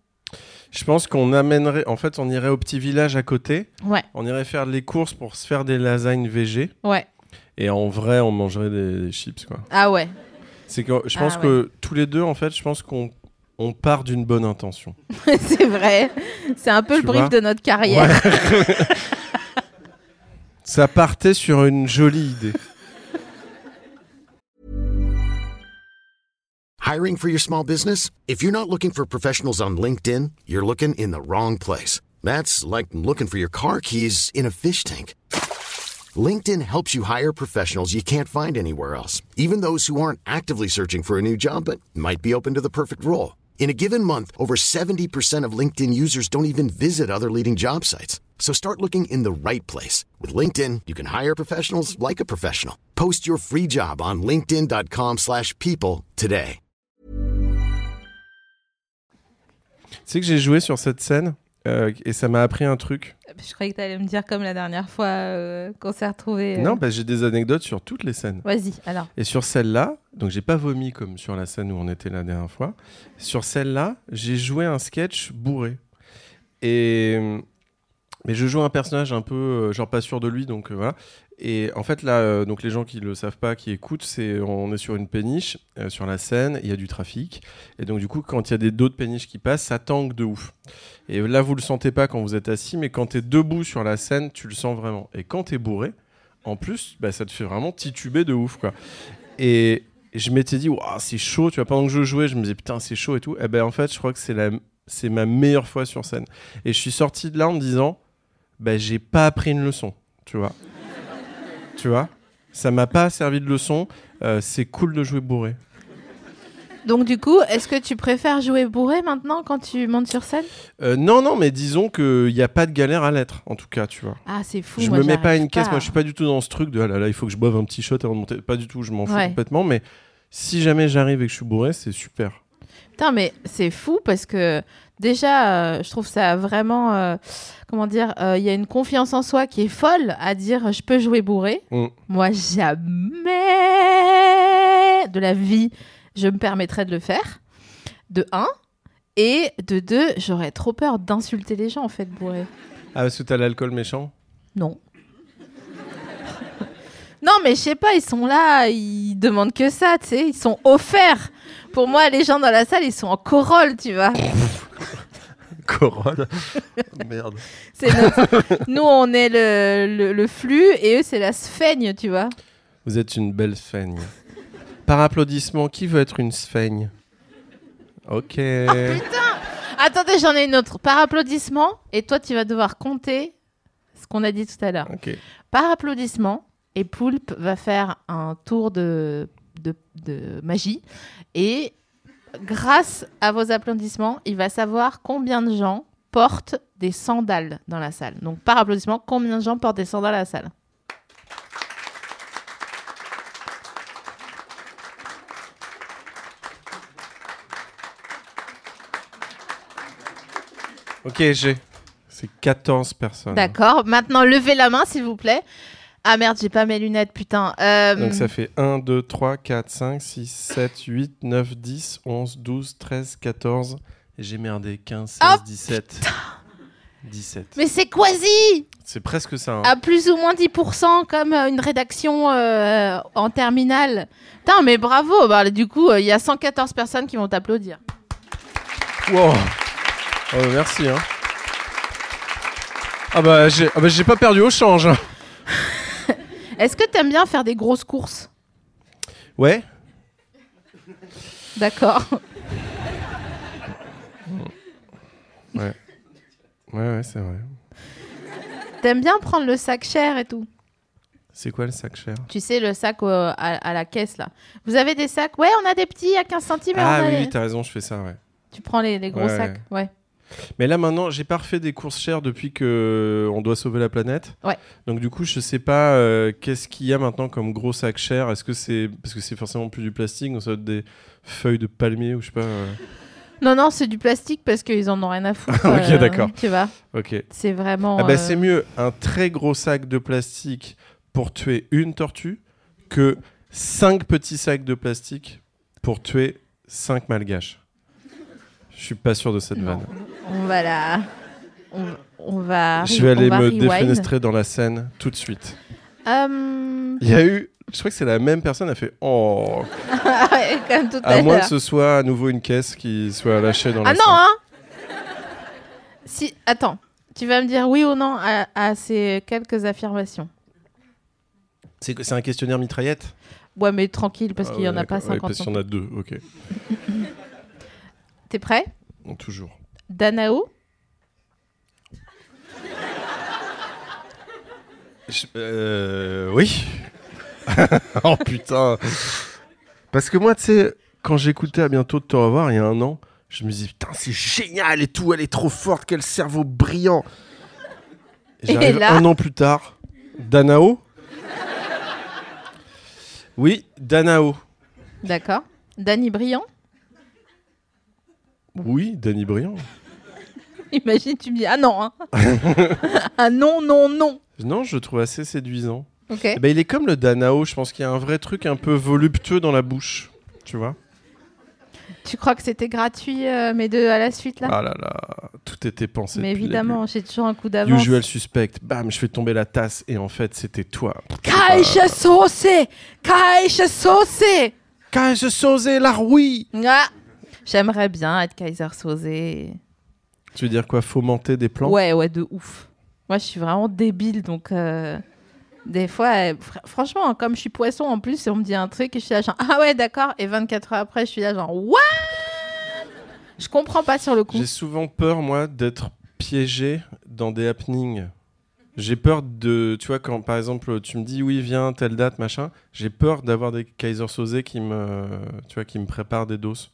Speaker 3: Je pense qu'on amènerait. En fait, on irait au petit village à côté.
Speaker 2: Ouais.
Speaker 3: On irait faire les courses pour se faire des lasagnes VG.
Speaker 2: ouais
Speaker 3: Et en vrai, on mangerait des, des chips, quoi.
Speaker 2: ah ouais
Speaker 3: C'est que je pense
Speaker 2: Ah ouais.
Speaker 3: que tous les deux, en fait, je pense qu'on on part d'une bonne intention.
Speaker 2: c'est vrai c'est un peu
Speaker 3: Tu
Speaker 2: le brief
Speaker 3: vois
Speaker 2: de notre carrière
Speaker 3: Ouais. ça partait sur une jolie idée.
Speaker 4: Hiring for your small business? If you're not looking for professionals on LinkedIn, you're looking in the wrong place. That's like looking for your car keys in a fish tank. LinkedIn helps you hire professionals you can't find anywhere else, even those who aren't actively searching for a new job but might be open to the perfect role. In a given month, over 70% of LinkedIn users don't even visit other leading job sites. So start looking in the right place. With LinkedIn, you can hire professionals like a professional. Post your free job on linkedin.com/people slash people today.
Speaker 3: Tu sais que j'ai joué sur cette scène euh, et ça m'a appris un truc.
Speaker 2: je croyais que t'allais me dire comme la dernière fois euh, qu'on s'est retrouvés euh.
Speaker 3: Non, bah, j'ai des anecdotes sur toutes les scènes.
Speaker 2: vas-y alors
Speaker 3: Et sur celle-là, donc j'ai pas vomi comme sur la scène où on était la dernière fois. Sur celle-là, j'ai joué un sketch bourré. Et mais je joue un personnage un peu euh, genre pas sûr de lui, donc euh, voilà. Et en fait là, euh, donc les gens qui le savent pas, qui écoutent, c'est on est sur une péniche euh, sur la Seine, il y a du trafic, et donc du coup quand il y a des d'autres péniches qui passent, ça tangue de ouf. Et là vous le sentez pas quand vous êtes assis, mais quand t'es debout sur la scène, tu le sens vraiment. Et quand t'es bourré, en plus, bah, ça te fait vraiment tituber de ouf quoi. Et je m'étais dit, Ouah, c'est chaud, tu vois, pendant que je jouais, je me disais, putain, c'est chaud et tout. Et ben en fait, je crois que c'est la... c'est ma meilleure fois sur scène. Et je suis sorti de là en me disant, ben j'ai pas appris une leçon, tu vois. tu vois Ça m'a pas servi de leçon. Euh, c'est cool de jouer bourré.
Speaker 2: donc du coup est-ce que tu préfères jouer bourré maintenant quand tu montes sur scène
Speaker 3: Euh, non, non, mais disons qu'il n'y a pas de galère à l'être, en tout cas, tu vois.
Speaker 2: ah c'est fou
Speaker 3: je
Speaker 2: moi,
Speaker 3: me mets pas à
Speaker 2: j'arrive
Speaker 3: une caisse, moi je suis pas du tout dans ce truc de ah là là, il faut que je boive un petit shot avant de monter. Pas du tout, je m'en fous
Speaker 2: Ouais.
Speaker 3: complètement, mais si jamais j'arrive et que je suis bourré, c'est super.
Speaker 2: Putain, mais c'est fou parce que déjà, euh, je trouve ça vraiment. euh, comment dire euh, Il y a une confiance en soi qui est folle à dire je peux jouer bourré.
Speaker 3: Mm.
Speaker 2: Moi, jamais de la vie, je me permettrais de le faire. De un. Et de deux, j'aurais trop peur d'insulter les gens en fait bourré.
Speaker 3: Ah, parce que t'as l'alcool méchant
Speaker 2: Non. Non, mais je sais pas, ils sont là, ils demandent que ça, tu sais, ils sont offerts. Pour moi, les gens dans la salle, ils sont en corolle, tu vois.
Speaker 3: Corolle Merde.
Speaker 2: C'est notre- Nous, on est le, le, le flux et eux, c'est la sphaigne, tu vois.
Speaker 3: Vous êtes une belle sphaigne. Par applaudissement, qui veut être une sphaigne Ok.
Speaker 2: Attendez, j'en ai une autre. Par applaudissement, et toi, tu vas devoir compter ce qu'on a dit tout à l'heure.
Speaker 3: ok.
Speaker 2: Par applaudissement, et Poulpe va faire un tour de, de, de magie. Et grâce à vos applaudissements, il va savoir combien de gens portent des sandales dans la salle. Donc, par applaudissement, combien de gens portent des sandales à la salle
Speaker 3: Ok, j'ai. C'est 14 personnes.
Speaker 2: D'accord. Maintenant, levez la main, s'il vous plaît. Ah merde, j'ai pas mes lunettes, putain. Euh,
Speaker 3: Donc ça fait 1, 2, 3, 4, 5, 6, 7, 8, 9, 10, 11, 12, 13, 14. Et j'ai merdé 15, 16,
Speaker 2: Ah,
Speaker 3: 17. 17.
Speaker 2: Mais Ah. c'est quasi
Speaker 3: C'est presque ça. hein.
Speaker 2: à plus ou moins 10% comme euh, une rédaction euh, en terminale. Putain, mais bravo bah, Du coup, euh, il y a 114 personnes qui vont t'applaudir.
Speaker 3: Wow. Oh, merci. hein. Ah bah j'ai ah bah, j'ai pas perdu au change. hein.
Speaker 2: Est-ce que t'aimes bien faire des grosses courses
Speaker 3: Ouais.
Speaker 2: D'accord.
Speaker 3: Ouais, ouais, c'est vrai.
Speaker 2: T'aimes bien prendre le sac cher et tout
Speaker 3: C'est quoi le sac cher
Speaker 2: Tu sais, le sac euh, à, à la caisse, là. Vous avez des sacs Ouais, on a des petits à 15 centimes. et
Speaker 3: Ah
Speaker 2: on a
Speaker 3: oui,
Speaker 2: les-
Speaker 3: oui, t'as raison, je fais ça, ouais.
Speaker 2: Tu prends les, les gros
Speaker 3: Ouais,
Speaker 2: sacs. Ouais.
Speaker 3: Mais là maintenant, j'ai pas refait des courses chères depuis que euh, on doit sauver la planète.
Speaker 2: Ouais.
Speaker 3: Donc du coup, je sais pas euh, qu'est-ce qu'il y a maintenant comme gros sac cher. Est-ce que c'est parce que c'est forcément plus du plastique, ou ça va être des feuilles de palmier ou je sais pas. euh.
Speaker 2: Non, non, c'est du plastique parce qu'ils en ont rien à foutre. euh,
Speaker 3: Ok, d'accord.
Speaker 2: Tu vois,
Speaker 3: Ok.
Speaker 2: c'est vraiment.
Speaker 3: ah bah
Speaker 2: euh,
Speaker 3: c'est mieux un très gros sac de plastique pour tuer une tortue que cinq petits sacs de plastique pour tuer cinq malgaches. Je suis pas sûr de cette
Speaker 2: Non.
Speaker 3: vanne.
Speaker 2: On va la. On, on va.
Speaker 3: Je vais
Speaker 2: on
Speaker 3: aller
Speaker 2: va
Speaker 3: me
Speaker 2: rewind.
Speaker 3: défenestrer dans la scène tout de suite.
Speaker 2: Euh,
Speaker 3: Il y a eu, je crois que c'est la même personne, elle fait Oh
Speaker 2: ah Comme tout à,
Speaker 3: À moins
Speaker 2: l'heure.
Speaker 3: que ce soit à nouveau une caisse qui soit lâchée dans la
Speaker 2: Ah non,
Speaker 3: salle.
Speaker 2: hein Si, attends. Tu vas me dire oui ou non à, à ces quelques affirmations.
Speaker 3: C'est que- c'est un questionnaire mitraillette
Speaker 2: Ouais, mais tranquille, parce
Speaker 3: Ah
Speaker 2: qu'il y
Speaker 3: ouais,
Speaker 2: en a pas
Speaker 3: d'accord. Ouais,
Speaker 2: 50.
Speaker 3: parce qu'il y en a deux, ok.
Speaker 2: T'es prêt
Speaker 3: Bon, toujours.
Speaker 2: Danao
Speaker 3: Je- euh, oui. oh putain. Parce que moi, tu sais, quand j'écoutais à bientôt de te revoir il y a un an, je me dis putain, c'est génial et tout, elle est trop forte, quel cerveau brillant.
Speaker 2: Et
Speaker 3: J'arrive
Speaker 2: là
Speaker 3: un an plus tard, Danao. Oui, Danao.
Speaker 2: D'accord. Danny Briand
Speaker 3: Oui, Danny Briand.
Speaker 2: Imagine, tu me dis ah non. hein. ah non, non, non.
Speaker 3: Non, je le trouve assez séduisant.
Speaker 2: Ok.
Speaker 3: Eh ben, il est comme le Danao, je pense qu'il y a un vrai truc un peu voluptueux dans la bouche. Tu vois
Speaker 2: Tu crois que c'était gratuit, euh, mes deux à la suite, là
Speaker 3: Ah là là, tout était pensé.
Speaker 2: Mais
Speaker 3: depuis le
Speaker 2: évidemment, j'ai toujours un coup
Speaker 3: début.
Speaker 2: d'avance.
Speaker 3: Usual suspect, bam, je fais tomber la tasse et en fait c'était toi. Ah.
Speaker 2: Caixa sauce Caixa sauce
Speaker 3: Quand je sausais la rouille
Speaker 2: Ah, J'aimerais bien être Kaiser Sosé.
Speaker 3: Tu veux dire quoi Fomenter des plans
Speaker 2: Ouais, ouais, de ouf. Moi, je suis vraiment débile, donc euh, des fois, euh, fr- franchement, comme je suis poisson en plus, on me dit un truc et je suis là genre ah ouais, d'accord. Et 24 heures après, je suis là genre what Je comprends pas sur le coup.
Speaker 3: J'ai souvent peur, moi, d'être piégé dans des happenings. J'ai peur de. Tu vois, quand par exemple, tu me dis oui, viens, telle date, machin, j'ai peur d'avoir des Kaiser Sosé qui me, tu vois, qui me préparent des doses.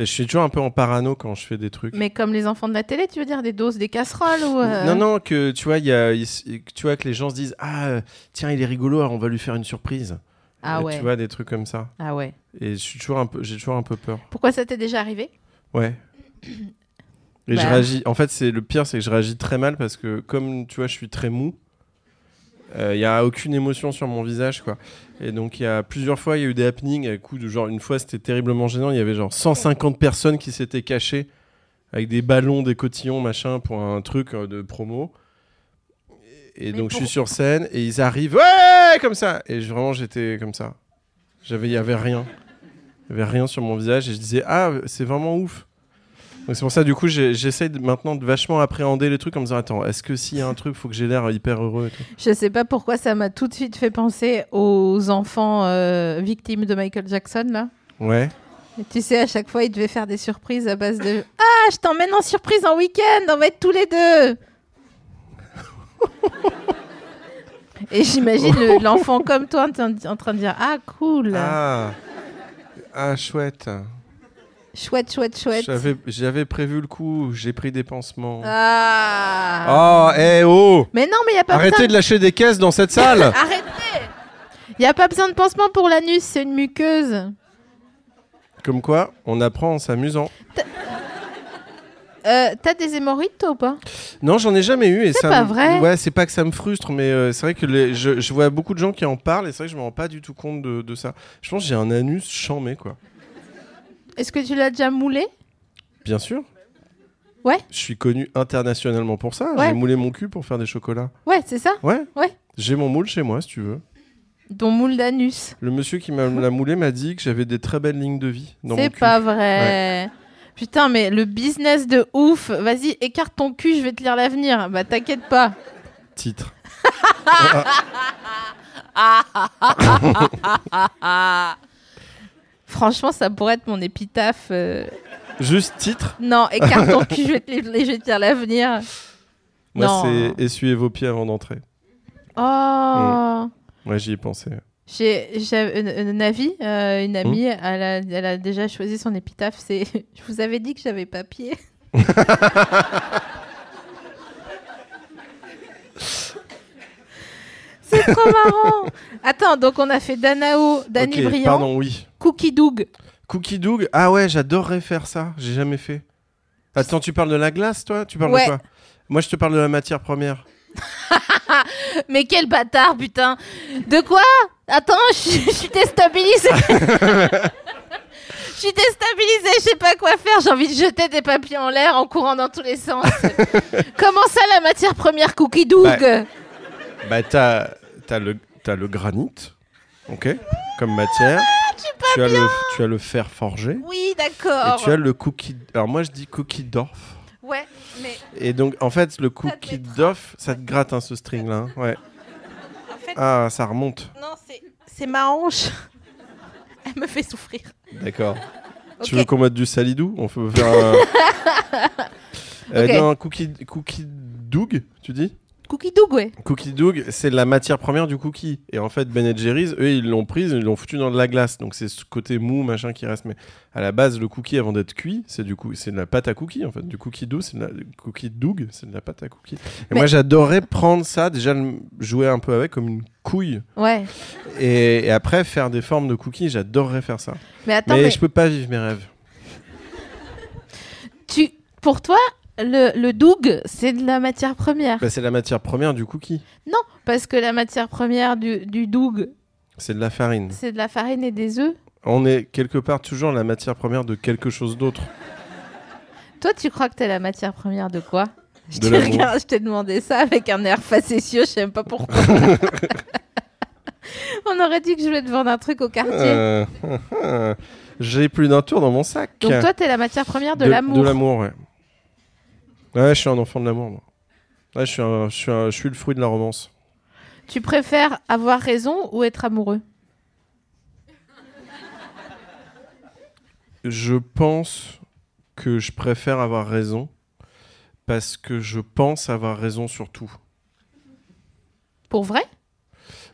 Speaker 3: Et je suis toujours un peu en parano quand je fais des trucs.
Speaker 2: Mais comme les enfants de la télé, tu veux dire des doses, des casseroles ou euh,
Speaker 3: Non, non, que tu vois, il y a, il s- que tu vois, que les gens se disent Ah, euh, tiens, il est rigolo, alors on va lui faire une surprise.
Speaker 2: Ah
Speaker 3: Et
Speaker 2: ouais.
Speaker 3: Tu vois, des trucs comme ça.
Speaker 2: Ah ouais.
Speaker 3: Et je suis toujours un peu, j'ai toujours un peu peur.
Speaker 2: Pourquoi ça t'est déjà arrivé
Speaker 3: Ouais. Et je
Speaker 2: Bah.
Speaker 3: réagis. En fait, c'est le pire, c'est que je réagis très mal parce que comme tu vois, je suis très mou. Il n'y a aucune émotion sur mon visage, quoi. Et donc, il y a plusieurs fois, il y a eu des happenings. À coup de genre, une fois, c'était terriblement gênant. Il y avait genre 150 personnes qui s'étaient cachées avec des ballons, des cotillons, machin, pour un truc euh, de promo. Et
Speaker 2: Mais
Speaker 3: donc, je suis
Speaker 2: pour-
Speaker 3: sur scène et ils arrivent, ouais, comme ça. Et je- vraiment, j'étais comme ça. J'avais, il y avait rien. Il y avait rien sur mon visage et je disais, ah, c'est vraiment ouf. Donc c'est pour ça, du coup, j'ai- j'essaie de- maintenant de vachement appréhender les trucs en me disant Attends, est-ce que s'il y a un truc, faut que j'ai l'air hyper heureux et tout
Speaker 2: Je sais pas pourquoi ça m'a tout de suite fait penser aux enfants euh, victimes de Michael Jackson là.
Speaker 3: Ouais.
Speaker 2: Et tu sais, à chaque fois, ils devaient faire des surprises à base de Ah, je t'emmène en surprise en week-end, on va être tous les deux. Et j'imagine le- l'enfant comme toi en, train de- en train de dire Ah, cool,
Speaker 3: Ah Ah, chouette.
Speaker 2: chouette, chouette, chouette.
Speaker 3: J'avais- J'avais prévu le coup, j'ai pris des pansements.
Speaker 2: Ah.
Speaker 3: Ah, eh oh
Speaker 2: Mais non, mais il n'y a pas besoin.
Speaker 3: Arrêtez de lâcher des caisses dans cette salle
Speaker 2: Arrêtez Il n'y a pas besoin de pansement pour l'anus, c'est une muqueuse.
Speaker 3: Comme quoi, on apprend en s'amusant.
Speaker 2: Euh, T'as des hémorroïdes, toi ou pas
Speaker 3: Non, j'en ai jamais eu. et
Speaker 2: C'est
Speaker 3: ça
Speaker 2: pas
Speaker 3: me-
Speaker 2: vrai
Speaker 3: Ouais, c'est pas que ça me frustre, mais euh, c'est vrai que les- je, je vois beaucoup de gens qui en parlent et c'est vrai que je me rends pas du tout compte de, de ça. Je pense que j'ai un anus chamé, quoi.
Speaker 2: Est-ce que tu l'as déjà moulé
Speaker 3: Bien sûr.
Speaker 2: Ouais.
Speaker 3: Je suis connu internationalement pour ça.
Speaker 2: Ouais.
Speaker 3: J'ai moulé mon cul pour faire des chocolats.
Speaker 2: Ouais, c'est ça
Speaker 3: Ouais.
Speaker 2: Ouais.
Speaker 3: J'ai mon moule chez moi, si tu veux.
Speaker 2: Ton moule d'anus.
Speaker 3: Le monsieur qui m'a l'a moulé m'a dit que j'avais des très belles lignes de vie. dans mon
Speaker 2: C'est
Speaker 3: cul.
Speaker 2: pas vrai. Putain, mais le business de ouf. Vas-y, écarte ton cul, je vais te lire l'avenir. Bah, t'inquiète pas.
Speaker 3: Titre.
Speaker 2: Franchement, ça pourrait être mon épitaphe. euh.
Speaker 3: Juste titre.
Speaker 2: Non, écarte ton cul, je vais te, li- je vais te lire l'avenir.
Speaker 3: Moi,
Speaker 2: Non.
Speaker 3: c'est essuyez vos pieds avant d'entrer. Hmm.
Speaker 2: Oh.
Speaker 3: Moi, j'y ai pensé.
Speaker 2: J'ai j'ai une, une avis, euh, une amie,
Speaker 3: Hmm.
Speaker 2: elle, a, elle a déjà choisi son épitaphe. C'est Je vous avais dit que j'avais pas pied. C'est trop marrant. Attends, donc on a fait Danao, Danny
Speaker 3: Ok,
Speaker 2: Briand,
Speaker 3: Pardon, oui.
Speaker 2: Cookie Doug.
Speaker 3: Cookie Doug, ah ouais, j'adorerais faire ça, j'ai jamais fait. Attends, tu parles de la glace, toi Tu parles
Speaker 2: Ouais.
Speaker 3: de quoi Moi, je te parle de la matière première.
Speaker 2: Mais quel bâtard, putain. De quoi Attends, je suis- je suis déstabilisée. Je suis déstabilisée, je sais pas quoi faire. J'ai envie de jeter des papiers en l'air en courant dans tous les sens. Comment ça, la matière première Cookie Doug
Speaker 3: Bah, t'as as le, t'as le granit, ok, comme matière.
Speaker 2: Ah,
Speaker 3: tu, as le, tu as le fer forgé.
Speaker 2: Oui,
Speaker 3: Et
Speaker 2: d'accord.
Speaker 3: tu as le cookie. Alors, moi, je dis cookie d'orf.
Speaker 2: Ouais, mais
Speaker 3: Et donc, en fait, le cookie d'orf, ça te gratte, hein, ce string-là. hein. Ouais.
Speaker 2: en fait,
Speaker 3: Ah, ça remonte.
Speaker 2: non, c'est- c'est ma hanche. Elle me fait souffrir.
Speaker 3: D'accord. Tu
Speaker 2: Ok.
Speaker 3: veux qu'on mette du salidou On peut faire un. Euh,
Speaker 2: Ok.
Speaker 3: Non, cookie, cookie Doug, tu dis
Speaker 2: Cookie Doug, ouais.
Speaker 3: Cookie Doug, c'est la matière première du cookie. Et en fait, Ben Jerry's, eux, ils l'ont prise, ils l'ont foutu dans de la glace. Donc c'est ce côté mou, machin qui reste. Mais à la base, le cookie, avant d'être cuit, c'est du coup, c'est de la pâte à cookie, en fait. Du cookie doux, c'est de la du cookie Doug, c'est de la pâte à cookie. Et
Speaker 2: Mais-
Speaker 3: moi, j'adorais prendre ça, déjà le- jouer un peu avec comme une couille.
Speaker 2: Ouais.
Speaker 3: Et, et après, faire des formes de cookies, j'adorerais faire ça.
Speaker 2: Mais attends,
Speaker 3: mais,
Speaker 2: mais
Speaker 3: je peux pas vivre mes rêves.
Speaker 2: tu... pour toi, le, le Doug, c'est de la matière première.
Speaker 3: Bah, c'est la matière première du cookie.
Speaker 2: Non, parce que la matière première du, du doug,
Speaker 3: C'est de la farine.
Speaker 2: c'est de la farine et des œufs.
Speaker 3: On est quelque part toujours la matière première de quelque chose d'autre.
Speaker 2: Toi, tu crois que t'es la matière première de quoi je
Speaker 3: De
Speaker 2: te
Speaker 3: l'amour.
Speaker 2: regarde, je t'ai demandé ça avec un air facétieux, je sais même pas pourquoi. On aurait dit que je voulais te vendre un truc au quartier.
Speaker 3: Euh, euh, J'ai plus d'un tour dans mon sac.
Speaker 2: Donc toi, t'es la matière première de,
Speaker 3: De
Speaker 2: l'amour.
Speaker 3: l'amour, ouais. Ouais, je suis un enfant de l'amour, moi. Ouais, je suis, un- je, suis un- je suis le fruit de la romance.
Speaker 2: Tu préfères avoir raison ou être amoureux
Speaker 3: Je pense que je préfère avoir raison parce que je pense avoir raison sur tout.
Speaker 2: Pour vrai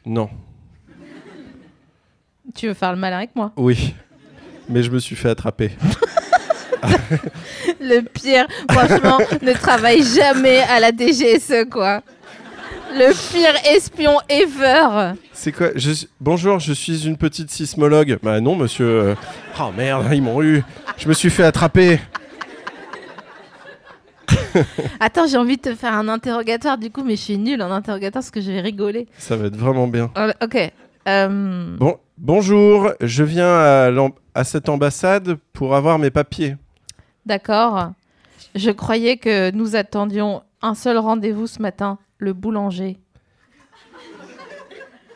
Speaker 3: Non,
Speaker 2: Tu veux faire le malin avec moi
Speaker 3: oui. Mais je me suis fait attraper.
Speaker 2: Le pire, franchement, ne travaille jamais à la DGSE, E, quoi. Le pire espion ever.
Speaker 3: C'est quoi je suis- Bonjour, je suis une petite sismologue. Bah non, monsieur. euh, Oh merde, ils m'ont eu. Je me suis fait attraper.
Speaker 2: Attends, j'ai envie de te faire un interrogatoire du coup, mais je suis nulle en interrogatoire parce que je vais rigoler.
Speaker 3: Ça va être vraiment bien.
Speaker 2: Oh, ok. Euh,
Speaker 3: Bon, bonjour, je viens à, l'am- à cette ambassade pour avoir mes papiers.
Speaker 2: D'accord. Je croyais que nous attendions un seul rendez-vous ce matin, le boulanger.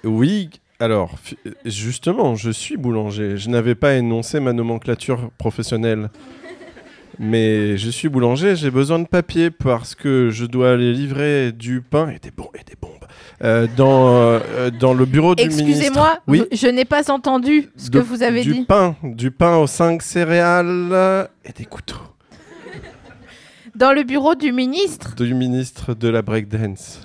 Speaker 3: Oui, alors, fi- justement, je suis boulanger. Je n'avais pas énoncé ma nomenclature professionnelle. Mais je suis boulanger, j'ai besoin de papiers parce que je dois aller livrer du pain et des, bom- et des bombes euh, dans, euh, dans le bureau du ministre.
Speaker 2: Excusez-moi,
Speaker 3: Oui.
Speaker 2: vous- je n'ai pas entendu ce que
Speaker 3: De-
Speaker 2: vous avez
Speaker 3: du
Speaker 2: dit.
Speaker 3: pain, du pain aux cinq céréales euh, et des couteaux
Speaker 2: Dans le bureau du ministre,
Speaker 3: du ministre de la breakdance.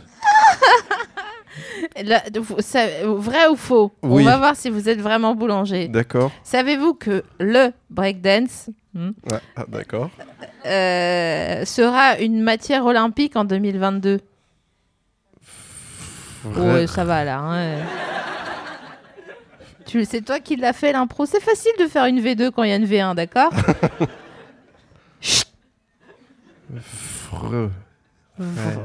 Speaker 2: là, de- vous- ça- vrai ou faux
Speaker 3: Oui.
Speaker 2: On va voir si vous êtes vraiment boulanger.
Speaker 3: D'accord
Speaker 2: Savez-vous que le breakdance hmm,
Speaker 3: Ouais, ah, D'accord.
Speaker 2: euh, sera une matière olympique en 2022
Speaker 3: Vrai-
Speaker 2: Ouais, Oh, ça va là. hein. tu c'est toi qui l'as fait l'impro. C'est facile de faire une V2 quand il y a une V1, d'accord
Speaker 3: Vre-
Speaker 2: Ouais.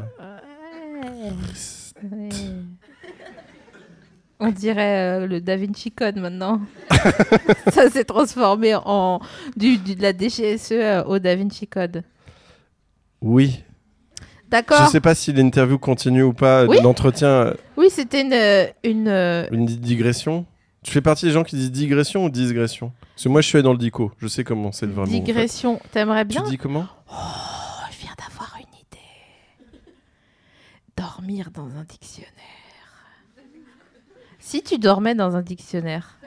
Speaker 2: On dirait euh, le Da Vinci Code maintenant. ça s'est transformé en du, du- de la DGSE euh, au Da Vinci Code.
Speaker 3: Oui. Je
Speaker 2: D'accord
Speaker 3: sais pas si l'interview continue ou pas,
Speaker 2: Oui.
Speaker 3: l'entretien, euh,
Speaker 2: Oui, c'était une, euh, une, euh,
Speaker 3: une di- digression. Tu fais partie des gens qui disent digression ou digression Parce que moi, je suis allé dans le dico. Je sais comment c'est le vrai mot, en fait.
Speaker 2: digression. T'aimerais bien
Speaker 3: Tu dis comment
Speaker 2: Oh, je viens d'avoir une idée. Dormir dans un dictionnaire. Si tu dormais dans un dictionnaire,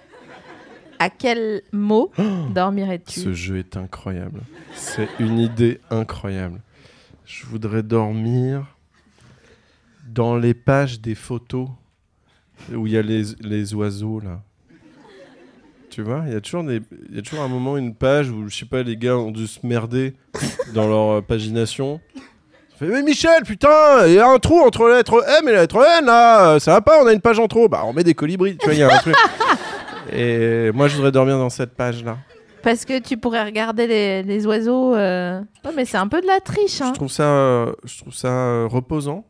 Speaker 2: à quel mot dormirais-tu
Speaker 3: Ce jeu est incroyable. C'est une idée incroyable. Je voudrais dormir dans les pages des photos où il y a les, les oiseaux là. Tu vois, il y a toujours des, il y a toujours un moment une page où je sais pas les gars ont dû se merder dans leur euh, pagination. Ça fait, Mais Michel, putain, il y a un trou entre la lettre M et la lettre N là, ça va pas, on a une page en trop. Bah on met des colibris, tu vois, il y a un truc. Et moi je voudrais dormir dans cette page là.
Speaker 2: Parce que tu pourrais regarder les, les oiseaux. euh. Ouais, mais c'est un peu de la triche.
Speaker 3: Je
Speaker 2: Hein.
Speaker 3: trouve ça, euh, je trouve ça euh, reposant.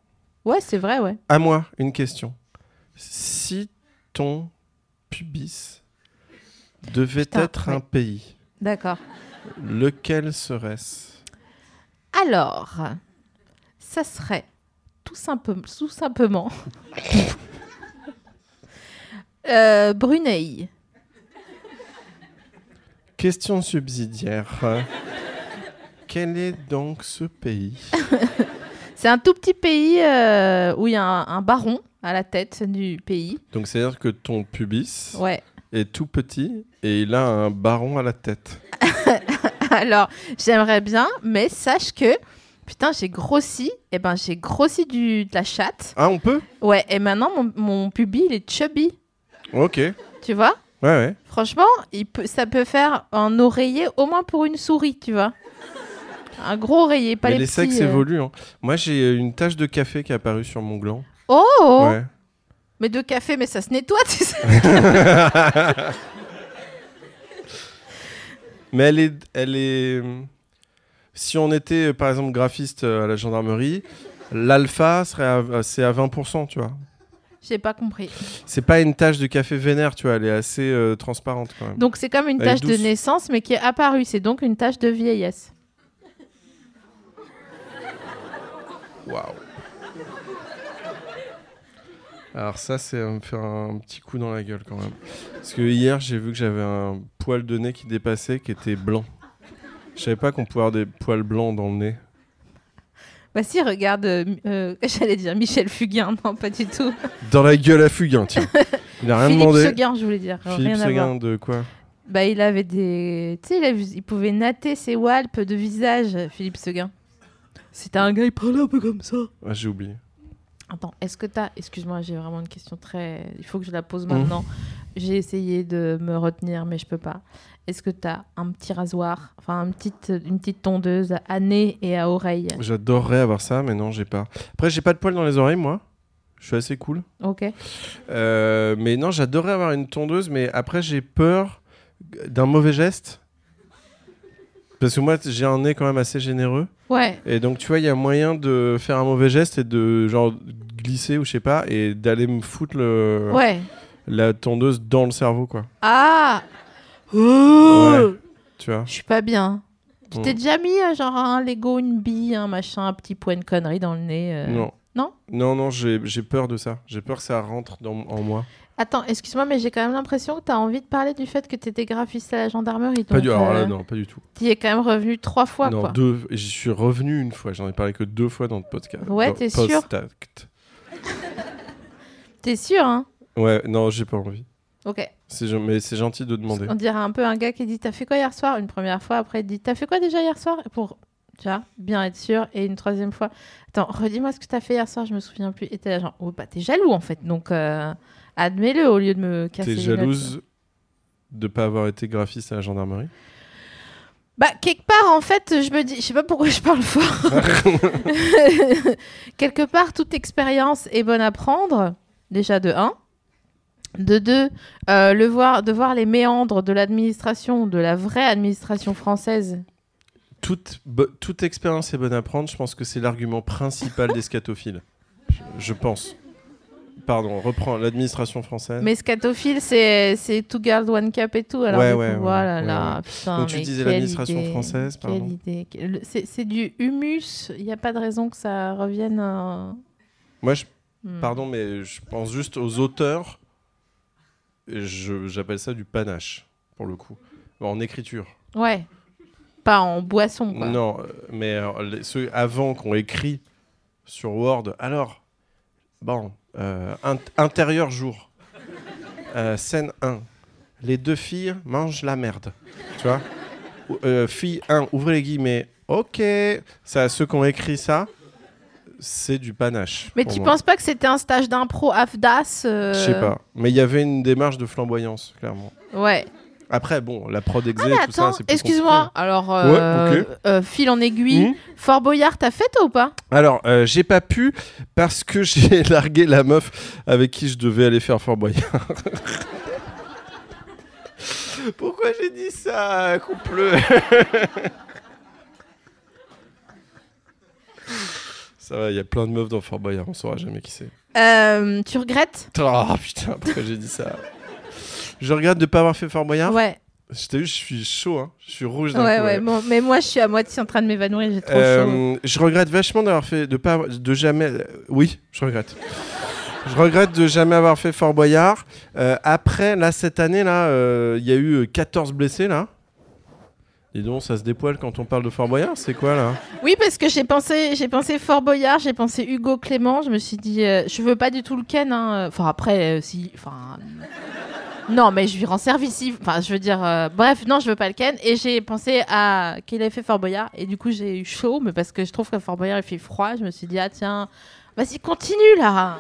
Speaker 2: Ouais, c'est vrai, ouais.
Speaker 3: À moi, une question. Si ton pubis devait
Speaker 2: Putain,
Speaker 3: être
Speaker 2: ouais.
Speaker 3: un pays,
Speaker 2: D'accord.
Speaker 3: lequel serait-ce
Speaker 2: Alors, ça serait tout, simple- tout simplement Euh, Brunei.
Speaker 3: Question subsidiaire. Quel est donc ce pays
Speaker 2: C'est un tout petit pays euh, où il y a un, un baron à la tête du pays.
Speaker 3: Donc c'est-à-dire que ton pubis
Speaker 2: Ouais.
Speaker 3: est tout petit et il a un baron à la tête.
Speaker 2: Alors, j'aimerais bien, mais sache que putain, j'ai grossi. Et ben, j'ai grossi du de la chatte.
Speaker 3: Ah, on peut
Speaker 2: Ouais. Et maintenant, mon, mon pubis, il est chubby.
Speaker 3: Ok. Ouais,
Speaker 2: Tu vois
Speaker 3: ouais.
Speaker 2: Franchement, il peut, ça peut faire un oreiller au moins pour une souris, tu vois. Un gros oreiller, pas
Speaker 3: Mais
Speaker 2: les,
Speaker 3: les
Speaker 2: petits,
Speaker 3: sexes
Speaker 2: euh.
Speaker 3: évoluent. hein. Moi, j'ai euh, une tache de café qui est apparue sur mon gland.
Speaker 2: Oh, oh.
Speaker 3: Ouais.
Speaker 2: Mais de café, mais ça se nettoie, tu sais.
Speaker 3: Mais elle est, elle est. Si on était euh, par exemple graphiste euh, à la gendarmerie, l'alpha serait à, euh, c'est à 20%, tu vois.
Speaker 2: J'ai pas compris.
Speaker 3: C'est pas une tache de café vénère, tu vois. Elle est assez euh, transparente quand même.
Speaker 2: Donc c'est comme une
Speaker 3: Elle est
Speaker 2: tache de
Speaker 3: douce.
Speaker 2: naissance, mais qui est apparue. C'est donc une tache de vieillesse.
Speaker 3: Waouh. Alors ça, c'est euh, me faire un petit coup dans la gueule quand même. Parce que hier, j'ai vu que j'avais un poil de nez qui dépassait, qui était blanc. Je savais pas qu'on pouvait avoir des poils blancs dans le nez.
Speaker 2: Bah si, regarde, euh, euh, j'allais dire Michel Fugain, non pas du tout.
Speaker 3: Dans la gueule à Fugain, tiens. Il a rien
Speaker 2: Philippe
Speaker 3: demandé.
Speaker 2: Seguin, je voulais dire.
Speaker 3: Philippe
Speaker 2: Rien à voir.
Speaker 3: Seguin de quoi
Speaker 2: Bah il avait des... Tu sais, il, avait- il pouvait natter ses walpes de visage, Philippe Seguin. C'était un gars, il parlait un peu comme ça.
Speaker 3: Ah, J'ai oublié.
Speaker 2: Attends, est-ce que t'as... Excuse-moi, j'ai vraiment une question très... Il faut que je la pose
Speaker 3: Mmh.
Speaker 2: maintenant. J'ai essayé de me retenir, mais je peux pas. Est-ce que t'as un petit rasoir, enfin une petite, une petite tondeuse à nez et à oreille
Speaker 3: J'adorerais avoir ça, mais non, j'ai pas. Après, j'ai pas de poils dans les oreilles, moi. Je suis assez cool.
Speaker 2: Ok.
Speaker 3: Euh, mais non, j'adorerais avoir une tondeuse, mais après, j'ai peur d'un mauvais geste. Parce que moi, t- j'ai un nez quand même assez généreux.
Speaker 2: Ouais.
Speaker 3: Et donc, tu vois, il y a moyen de faire un mauvais geste et de genre glisser ou je sais pas, et d'aller me foutre le-
Speaker 2: Ouais.
Speaker 3: la tondeuse dans le cerveau, quoi.
Speaker 2: Ah
Speaker 3: Ouais. Tu vois
Speaker 2: Je suis pas bien. Tu t'es
Speaker 3: Mm.
Speaker 2: déjà mis euh, genre un Lego, une bille, un machin, un petit point de connerie dans le nez euh
Speaker 3: Non.
Speaker 2: non
Speaker 3: Non, non, j'ai j'ai peur de ça. J'ai peur que ça rentre dans, en moi.
Speaker 2: Attends, excuse-moi, mais j'ai quand même l'impression que t'as envie de parler du fait que t'étais graphiste à la gendarmerie.
Speaker 3: Pas
Speaker 2: donc,
Speaker 3: du, alors là,
Speaker 2: euh,
Speaker 3: non, pas du tout.
Speaker 2: T'y es quand même revenu trois fois,
Speaker 3: non,
Speaker 2: quoi.
Speaker 3: deux. J'y suis revenu une fois. J'en ai parlé que deux fois dans le podcast.
Speaker 2: Ouais,
Speaker 3: Dans-
Speaker 2: t'es sûr
Speaker 3: post-act.
Speaker 2: T'es sûr, hein
Speaker 3: Ouais, non, j'ai pas envie.
Speaker 2: Ok.
Speaker 3: C'est gen- mais c'est gentil de demander.
Speaker 2: On dirait un peu un gars qui dit T'as fait quoi hier soir Une première fois, après il dit T'as fait quoi déjà hier soir Pour, tu vois, bien être sûr. Et une troisième fois Attends, redis-moi ce que t'as fait hier soir, je me souviens plus. Et t'es là, genre Oh bah t'es jaloux en fait, donc euh, admets-le au lieu de me casser
Speaker 3: T'es
Speaker 2: les notes.
Speaker 3: jalouse de pas avoir été graphiste à la gendarmerie
Speaker 2: Bah, quelque part, en fait, je me dis, je sais pas pourquoi je parle fort. quelque part, toute expérience est bonne à prendre, déjà de 1. De 2, le voir, de voir les méandres de l'administration, de la vraie administration française,
Speaker 3: toute, bo- toute expérience est bonne à prendre. Je pense que c'est l'argument principal des scatophiles. Je, je pense. Pardon, reprends l'administration française.
Speaker 2: Mais scatophile, c'est c'est Two Girls One Cup et tout. Alors
Speaker 3: Ouais,
Speaker 2: du
Speaker 3: ouais,
Speaker 2: coup,
Speaker 3: ouais,
Speaker 2: voilà,
Speaker 3: ouais,
Speaker 2: là, putain,
Speaker 3: Donc tu
Speaker 2: mais
Speaker 3: disais
Speaker 2: quelle
Speaker 3: l'administration
Speaker 2: idée,
Speaker 3: française,
Speaker 2: quelle
Speaker 3: pardon.
Speaker 2: idée. Le- C'est c'est du humus. Il n'y a pas de raison que ça revienne. euh,
Speaker 3: Moi, je,
Speaker 2: hmm.
Speaker 3: pardon, mais je pense juste aux auteurs. Et je- J'appelle ça du panache, pour le coup. En écriture.
Speaker 2: Ouais. Pas en boisson. Quoi.
Speaker 3: Non, euh, mais euh, les- ceux avant qu'on écrit sur Word, alors, bon, euh, int- intérieur jour, Euh, scène 1, les deux filles mangent la merde, tu vois Ou- euh, Fille 1, ouvrez les guillemets, ok, ça, ceux qui ont écrit ça, c'est du panache.
Speaker 2: Mais
Speaker 3: pour
Speaker 2: tu
Speaker 3: moi.
Speaker 2: penses pas que c'était un stage d'impro AFDAS euh,
Speaker 3: Je sais pas, mais il y avait une démarche de flamboyance, clairement.
Speaker 2: Ouais.
Speaker 3: Après, bon, la prod exé,
Speaker 2: Ah, Mais
Speaker 3: tout ça,
Speaker 2: attends,
Speaker 3: c'est plus
Speaker 2: excuse-moi. Alors, euh,
Speaker 3: Ouais, ok.
Speaker 2: euh, fil en aiguille.
Speaker 3: compliqué. Hmm
Speaker 2: Fort Boyard, t'as fait toi ou pas
Speaker 3: Alors, euh, j'ai pas pu parce que j'ai largué la meuf avec qui je devais aller faire Fort Boyard. Pourquoi j'ai dit ça, couple Ça va, il y a plein de meufs dans Fort Boyard, on saura jamais qui c'est.
Speaker 2: Euh, Tu regrettes
Speaker 3: Oh putain, pourquoi j'ai dit ça Je regrette de pas avoir fait Fort Boyard.
Speaker 2: Ouais.
Speaker 3: Je t'ai vu, je suis chaud, hein. je suis rouge d'un
Speaker 2: Ouais,
Speaker 3: coup,
Speaker 2: ouais.
Speaker 3: ouais.
Speaker 2: bon, mais moi, je suis à moitié en train de m'évanouir. J'ai trop chaud.
Speaker 3: Euh, je regrette vachement d'avoir fait de pas avoir- de jamais euh, oui je regrette je regrette de jamais avoir fait Fort Boyard Euh, après là cette année là euh, il y a eu euh, 14 blessés là dis donc ça se dépoile quand on parle de Fort Boyard c'est quoi là
Speaker 2: Oui, parce que j'ai pensé, j'ai pensé Fort Boyard, j'ai pensé Hugo Clément. Je me suis dit, euh, je veux pas du tout le Ken. hein. Enfin, après, euh, si. Enfin. Non, mais je lui rends service. il- Enfin, je veux dire. euh, bref, non, je veux pas le Ken. Et j'ai pensé à qu'il avait fait Fort Boyard. Et du coup, j'ai eu chaud, mais parce que je trouve que Fort Boyard, il fait froid. Je me suis dit, ah tiens, vas-y, continue là.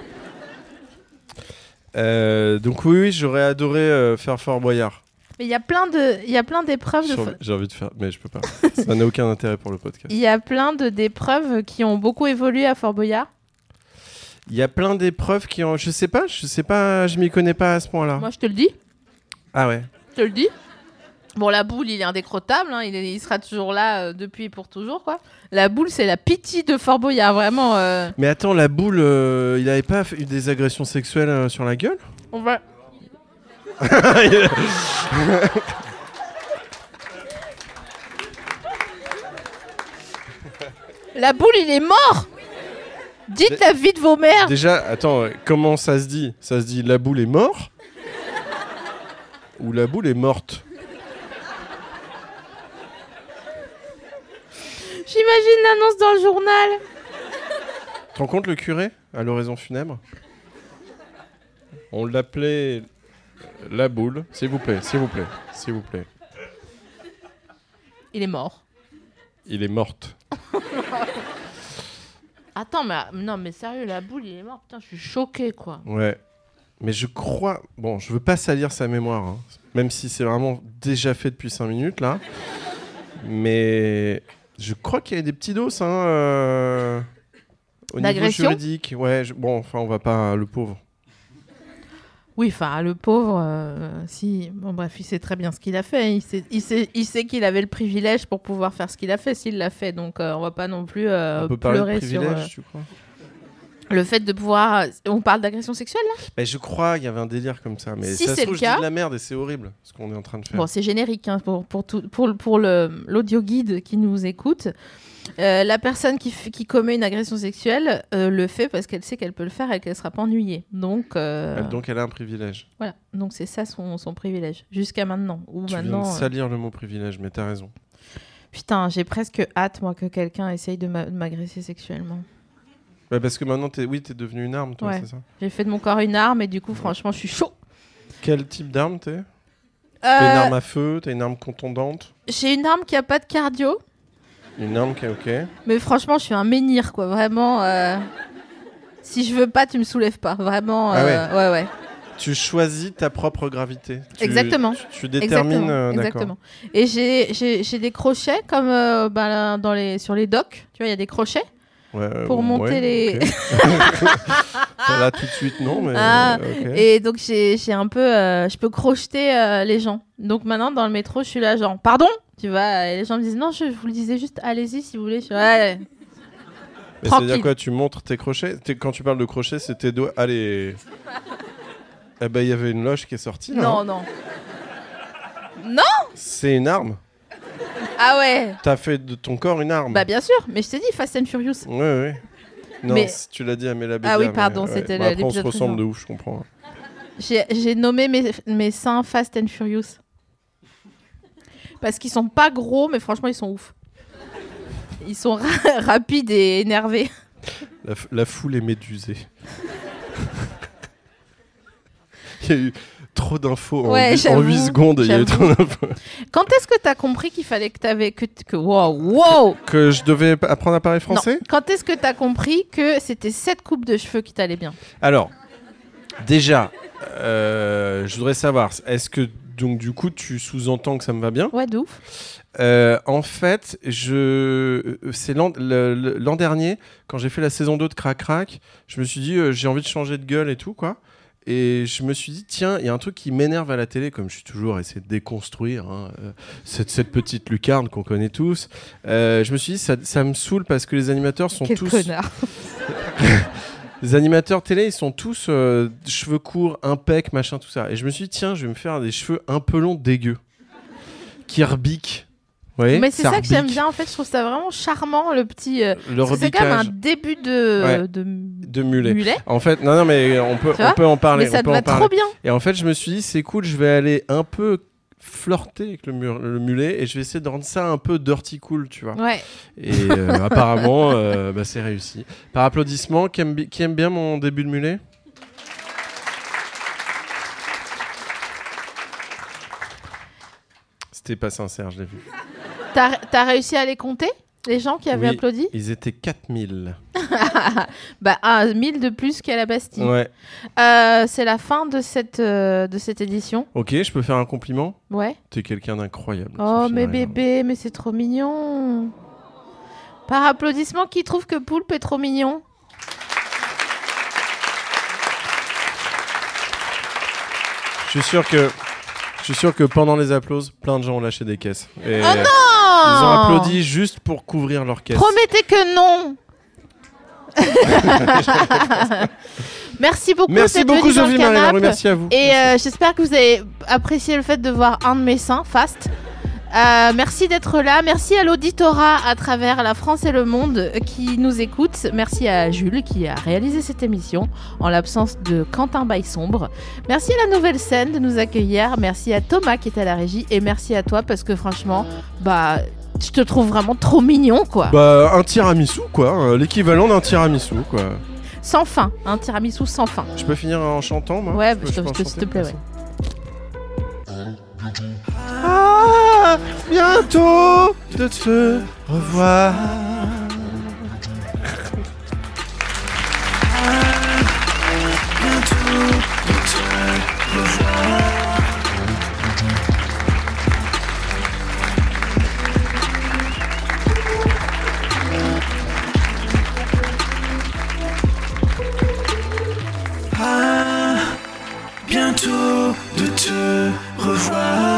Speaker 3: Euh, donc oui, oui, j'aurais adoré euh, faire Fort Boyard
Speaker 2: Mais il y a plein de, il y a plein d'épreuves de.
Speaker 3: j'ai
Speaker 2: fa-
Speaker 3: envie, j'ai envie de faire mais je peux pas ça n'a aucun intérêt pour le podcast
Speaker 2: Il y a plein de d'épreuves qui ont beaucoup évolué à Fort Boyard.
Speaker 3: il y a plein d'épreuves qui ont je sais pas je sais pas je m'y connais pas à ce point là
Speaker 2: Moi, je te le dis.
Speaker 3: ah ouais
Speaker 2: Je te le dis. Bon, la boule, il est indécrottable. hein, Il, est- il sera toujours là euh, depuis et pour toujours, quoi. La boule, c'est la pitié de Fort Boyard, vraiment. euh,
Speaker 3: Mais attends, la boule, euh, il avait pas fait- eu des agressions sexuelles euh, sur la gueule Euh,
Speaker 2: on va. La boule, il est mort. Dites la vie de vos mères.
Speaker 3: Déjà, attends, euh, comment ça se dit Ça se dit la boule est mort Ou la boule est morte
Speaker 2: J'imagine l'annonce dans le journal.
Speaker 3: Tu rends compte le curé à l'oraison funèbre On l'appelait la boule. S'il vous plaît, s'il vous plaît, s'il vous plaît.
Speaker 2: Il est mort.
Speaker 3: Il est morte.
Speaker 2: Attends, mais ah, non, mais sérieux, la boule, il est mort. Putain, je suis choquée, quoi.
Speaker 3: Ouais. Mais je crois. Bon, je veux pas salir sa mémoire, hein. même si c'est vraiment déjà fait depuis 5 minutes là. Mais je crois qu'il y a des petits dos, hein. euh, Au niveau
Speaker 2: D'agression
Speaker 3: juridique. Ouais, je- bon, enfin, on va pas. Le pauvre.
Speaker 2: Oui, enfin, le pauvre, euh, si. Bon, bref, il sait très bien ce qu'il a fait. Il sait, il sait, il sait qu'il avait le privilège pour pouvoir faire ce qu'il a fait, s'il l'a fait. Donc, euh, on va pas non plus euh,
Speaker 3: on peut parler de
Speaker 2: pleurer sur
Speaker 3: privilège, tu crois
Speaker 2: euh, le fait de pouvoir. On parle d'agression sexuelle, là
Speaker 3: Bah, Je crois, il y avait un délire comme ça. Mais
Speaker 2: Si
Speaker 3: ça se
Speaker 2: c'est
Speaker 3: trouve,
Speaker 2: le
Speaker 3: je dis
Speaker 2: cas-
Speaker 3: de la merde et c'est horrible ce qu'on est en train de faire.
Speaker 2: Bon, c'est générique hein, pour, pour, tout, pour, le- pour le- l'audio guide qui nous écoute. Euh, la personne qui, f- qui commet une agression sexuelle euh, le fait parce qu'elle sait qu'elle peut le faire et qu'elle sera pas ennuyée. Donc, euh,
Speaker 3: Ah, Donc, elle a un privilège.
Speaker 2: voilà. Donc, c'est ça son, son privilège jusqu'à maintenant. Ou
Speaker 3: tu viens
Speaker 2: maintenant.
Speaker 3: de
Speaker 2: euh,
Speaker 3: salir le mot privilège, mais t'as raison.
Speaker 2: Putain, j'ai presque hâte, moi, que quelqu'un essaye de m'a- de m'agresser sexuellement.
Speaker 3: Ouais, parce que maintenant, t'es... oui, t'es devenu une arme, toi,
Speaker 2: Ouais.
Speaker 3: c'est ça
Speaker 2: J'ai fait de mon corps une arme et du coup, franchement, je suis chaud.
Speaker 3: Quel type d'arme t'es T'as une
Speaker 2: Euh,
Speaker 3: arme à feu, t'as une arme contondante,
Speaker 2: j'ai une arme qui a pas de cardio,
Speaker 3: une arme qui est ok.
Speaker 2: mais franchement, je suis un menhir, quoi. Vraiment. euh, Si je veux pas, tu me soulèves pas. Vraiment.
Speaker 3: Ah
Speaker 2: euh, ouais, ouais.
Speaker 3: Tu choisis ta propre gravité. Tu-
Speaker 2: Exactement.
Speaker 3: Tu, tu détermines.
Speaker 2: exactement.
Speaker 3: euh, d'accord.
Speaker 2: exactement. Et j'ai- j'ai j'ai des crochets comme euh, bah, là, dans les, sur les docks. Tu vois, il y a des crochets.
Speaker 3: Ouais, euh,
Speaker 2: Pour
Speaker 3: ouais,
Speaker 2: monter les-
Speaker 3: ok. Pas Là tout de suite non mais.
Speaker 2: Ah,
Speaker 3: euh, ok.
Speaker 2: Et donc, j'ai j'ai un peu. euh, je peux crocheter euh, les gens. Donc, maintenant, dans le métro, je suis là, genre, pardon Tu vois, et les gens me disent non, je, je vous le disais juste, allez-y si vous voulez. Je suis, ouais.
Speaker 3: Mais c'est-à-dire
Speaker 2: Tranquille.
Speaker 3: quoi Tu montres tes crochets T'es- Quand tu parles de crochets, c'est tes doigts. Allez Eh ben, il y avait une loge qui est sortie. là, hein.
Speaker 2: Non, non. Non
Speaker 3: C'est une arme.
Speaker 2: Ah ouais
Speaker 3: T'as fait de ton corps une arme.
Speaker 2: Bah bien sûr, mais je t'ai dit Fast and Furious.
Speaker 3: Ouais, ouais. Non,
Speaker 2: Mais-
Speaker 3: c- tu l'as dit à Mela
Speaker 2: Ah oui,
Speaker 3: Bédia,
Speaker 2: pardon,
Speaker 3: mais,
Speaker 2: c'était
Speaker 3: Bah,
Speaker 2: le-
Speaker 3: Après, on se
Speaker 2: l'épisode
Speaker 3: ressemble de
Speaker 2: précédent.
Speaker 3: ouf, je comprends. hein.
Speaker 2: J'ai j'ai nommé mes, mes seins Fast and Furious. Parce qu'ils sont pas gros, mais franchement, ils sont ouf. Ils sont ra- rapides et énervés.
Speaker 3: La, f- la foule est médusée. Il y a eu trop d'infos en
Speaker 2: Ouais,
Speaker 3: huit- en,
Speaker 2: j'avoue,
Speaker 3: 8 secondes. Il y a eu trop d'infos.
Speaker 2: Quand est-ce que t'as compris qu'il fallait que t'avais... Que, t- que, wow, wow
Speaker 3: Que je devais p- apprendre à parler français
Speaker 2: Non. Quand est-ce que t'as compris que c'était cette coupe de cheveux qui t'allait bien
Speaker 3: Alors, déjà, euh, je voudrais savoir, est-ce que donc du coup tu sous-entends que ça me va bien
Speaker 2: Ouais, de ouf.
Speaker 3: Euh, En fait, je c'est l'an le- le- l'an dernier quand j'ai fait la saison 2 de Crac Crac, je me suis dit euh, j'ai envie de changer de gueule et tout quoi. Et je me suis dit, tiens, il y a un truc qui m'énerve à la télé, comme je suis toujours à essayer de déconstruire hein, euh, cette, cette petite lucarne qu'on connaît tous. Euh, je me suis dit, ça, ça me saoule parce que les animateurs sont
Speaker 2: Quel
Speaker 3: tous.
Speaker 2: connard.
Speaker 3: Les animateurs télé, ils sont tous euh, cheveux courts, impec, machin, tout ça. Et je me suis dit, tiens, je vais me faire des cheveux un peu longs, dégueux, qui rebiquent. Vous voyez
Speaker 2: Mais c'est ça que j'aime
Speaker 3: rebique.
Speaker 2: bien, en fait. Je trouve ça vraiment charmant, le petit... euh,
Speaker 3: Le
Speaker 2: parce que c'est quand même un
Speaker 3: rebiquage
Speaker 2: début de...
Speaker 3: Ouais.
Speaker 2: de mulet.
Speaker 3: de mulet. En fait, non, non, mais on peut,
Speaker 2: Tu
Speaker 3: on
Speaker 2: vois
Speaker 3: peut en parler.
Speaker 2: mais ça
Speaker 3: on
Speaker 2: te
Speaker 3: peut en
Speaker 2: va
Speaker 3: parler.
Speaker 2: trop bien.
Speaker 3: Et en fait, je me suis dit, c'est cool, je vais aller un peu flirter avec le, mur- le mulet et je vais essayer de rendre ça un peu dirty cool, tu vois.
Speaker 2: Ouais.
Speaker 3: Et euh, apparemment, euh, bah, c'est réussi. Par applaudissement, qui aime, bi- qui aime bien mon début de mulet C'était pas sincère, je l'ai vu.
Speaker 2: T'as t'as réussi à les compter Les gens qui avaient
Speaker 3: Oui.
Speaker 2: applaudi
Speaker 3: Ils étaient 4000.
Speaker 2: Bah, un, 1000 de plus qu'à la Bastille.
Speaker 3: Ouais.
Speaker 2: Euh, c'est la fin de cette, euh, de cette édition.
Speaker 3: Ok, je peux faire un compliment
Speaker 2: Ouais.
Speaker 3: T'es quelqu'un d'incroyable.
Speaker 2: Oh,
Speaker 3: Sophie
Speaker 2: mais
Speaker 3: Marina.
Speaker 2: bébé, mais c'est trop mignon. Par applaudissement, qui trouve que Poulpe est trop mignon
Speaker 3: Je suis sûr que. Je suis sûr que pendant les applauses, plein de gens ont lâché des caisses. Et
Speaker 2: Oh non
Speaker 3: Ils ont applaudi juste pour couvrir leur caisse.
Speaker 2: Promettez que non Merci beaucoup,
Speaker 3: Merci
Speaker 2: d'être
Speaker 3: beaucoup
Speaker 2: venu dans le
Speaker 3: Sophie Marie
Speaker 2: canap'.
Speaker 3: Larue, merci à vous.
Speaker 2: Et euh, j'espère que vous avez apprécié le fait de voir un de mes seins, Fast. Euh, merci d'être là. Merci à l'auditorat à travers la France et le monde qui nous écoute. Merci à Jules qui a réalisé cette émission en l'absence de Quentin Baille sombre. Merci à la nouvelle scène de nous accueillir. Merci à Thomas qui est à la régie. Et merci à toi parce que franchement, bah, je te trouve vraiment trop mignon quoi.
Speaker 3: Bah un tiramisu quoi, euh, l'équivalent d'un tiramisu quoi.
Speaker 2: Sans fin, un tiramisu sans fin.
Speaker 3: Je peux finir en chantant moi
Speaker 2: Ouais,
Speaker 3: Je peux-
Speaker 2: s'il te-
Speaker 3: je peux
Speaker 2: s'il
Speaker 3: chanter,
Speaker 2: te- s'il te plaît,
Speaker 3: merci. Ah, bientôt de te revoir. Ah,
Speaker 1: bientôt de te revoir.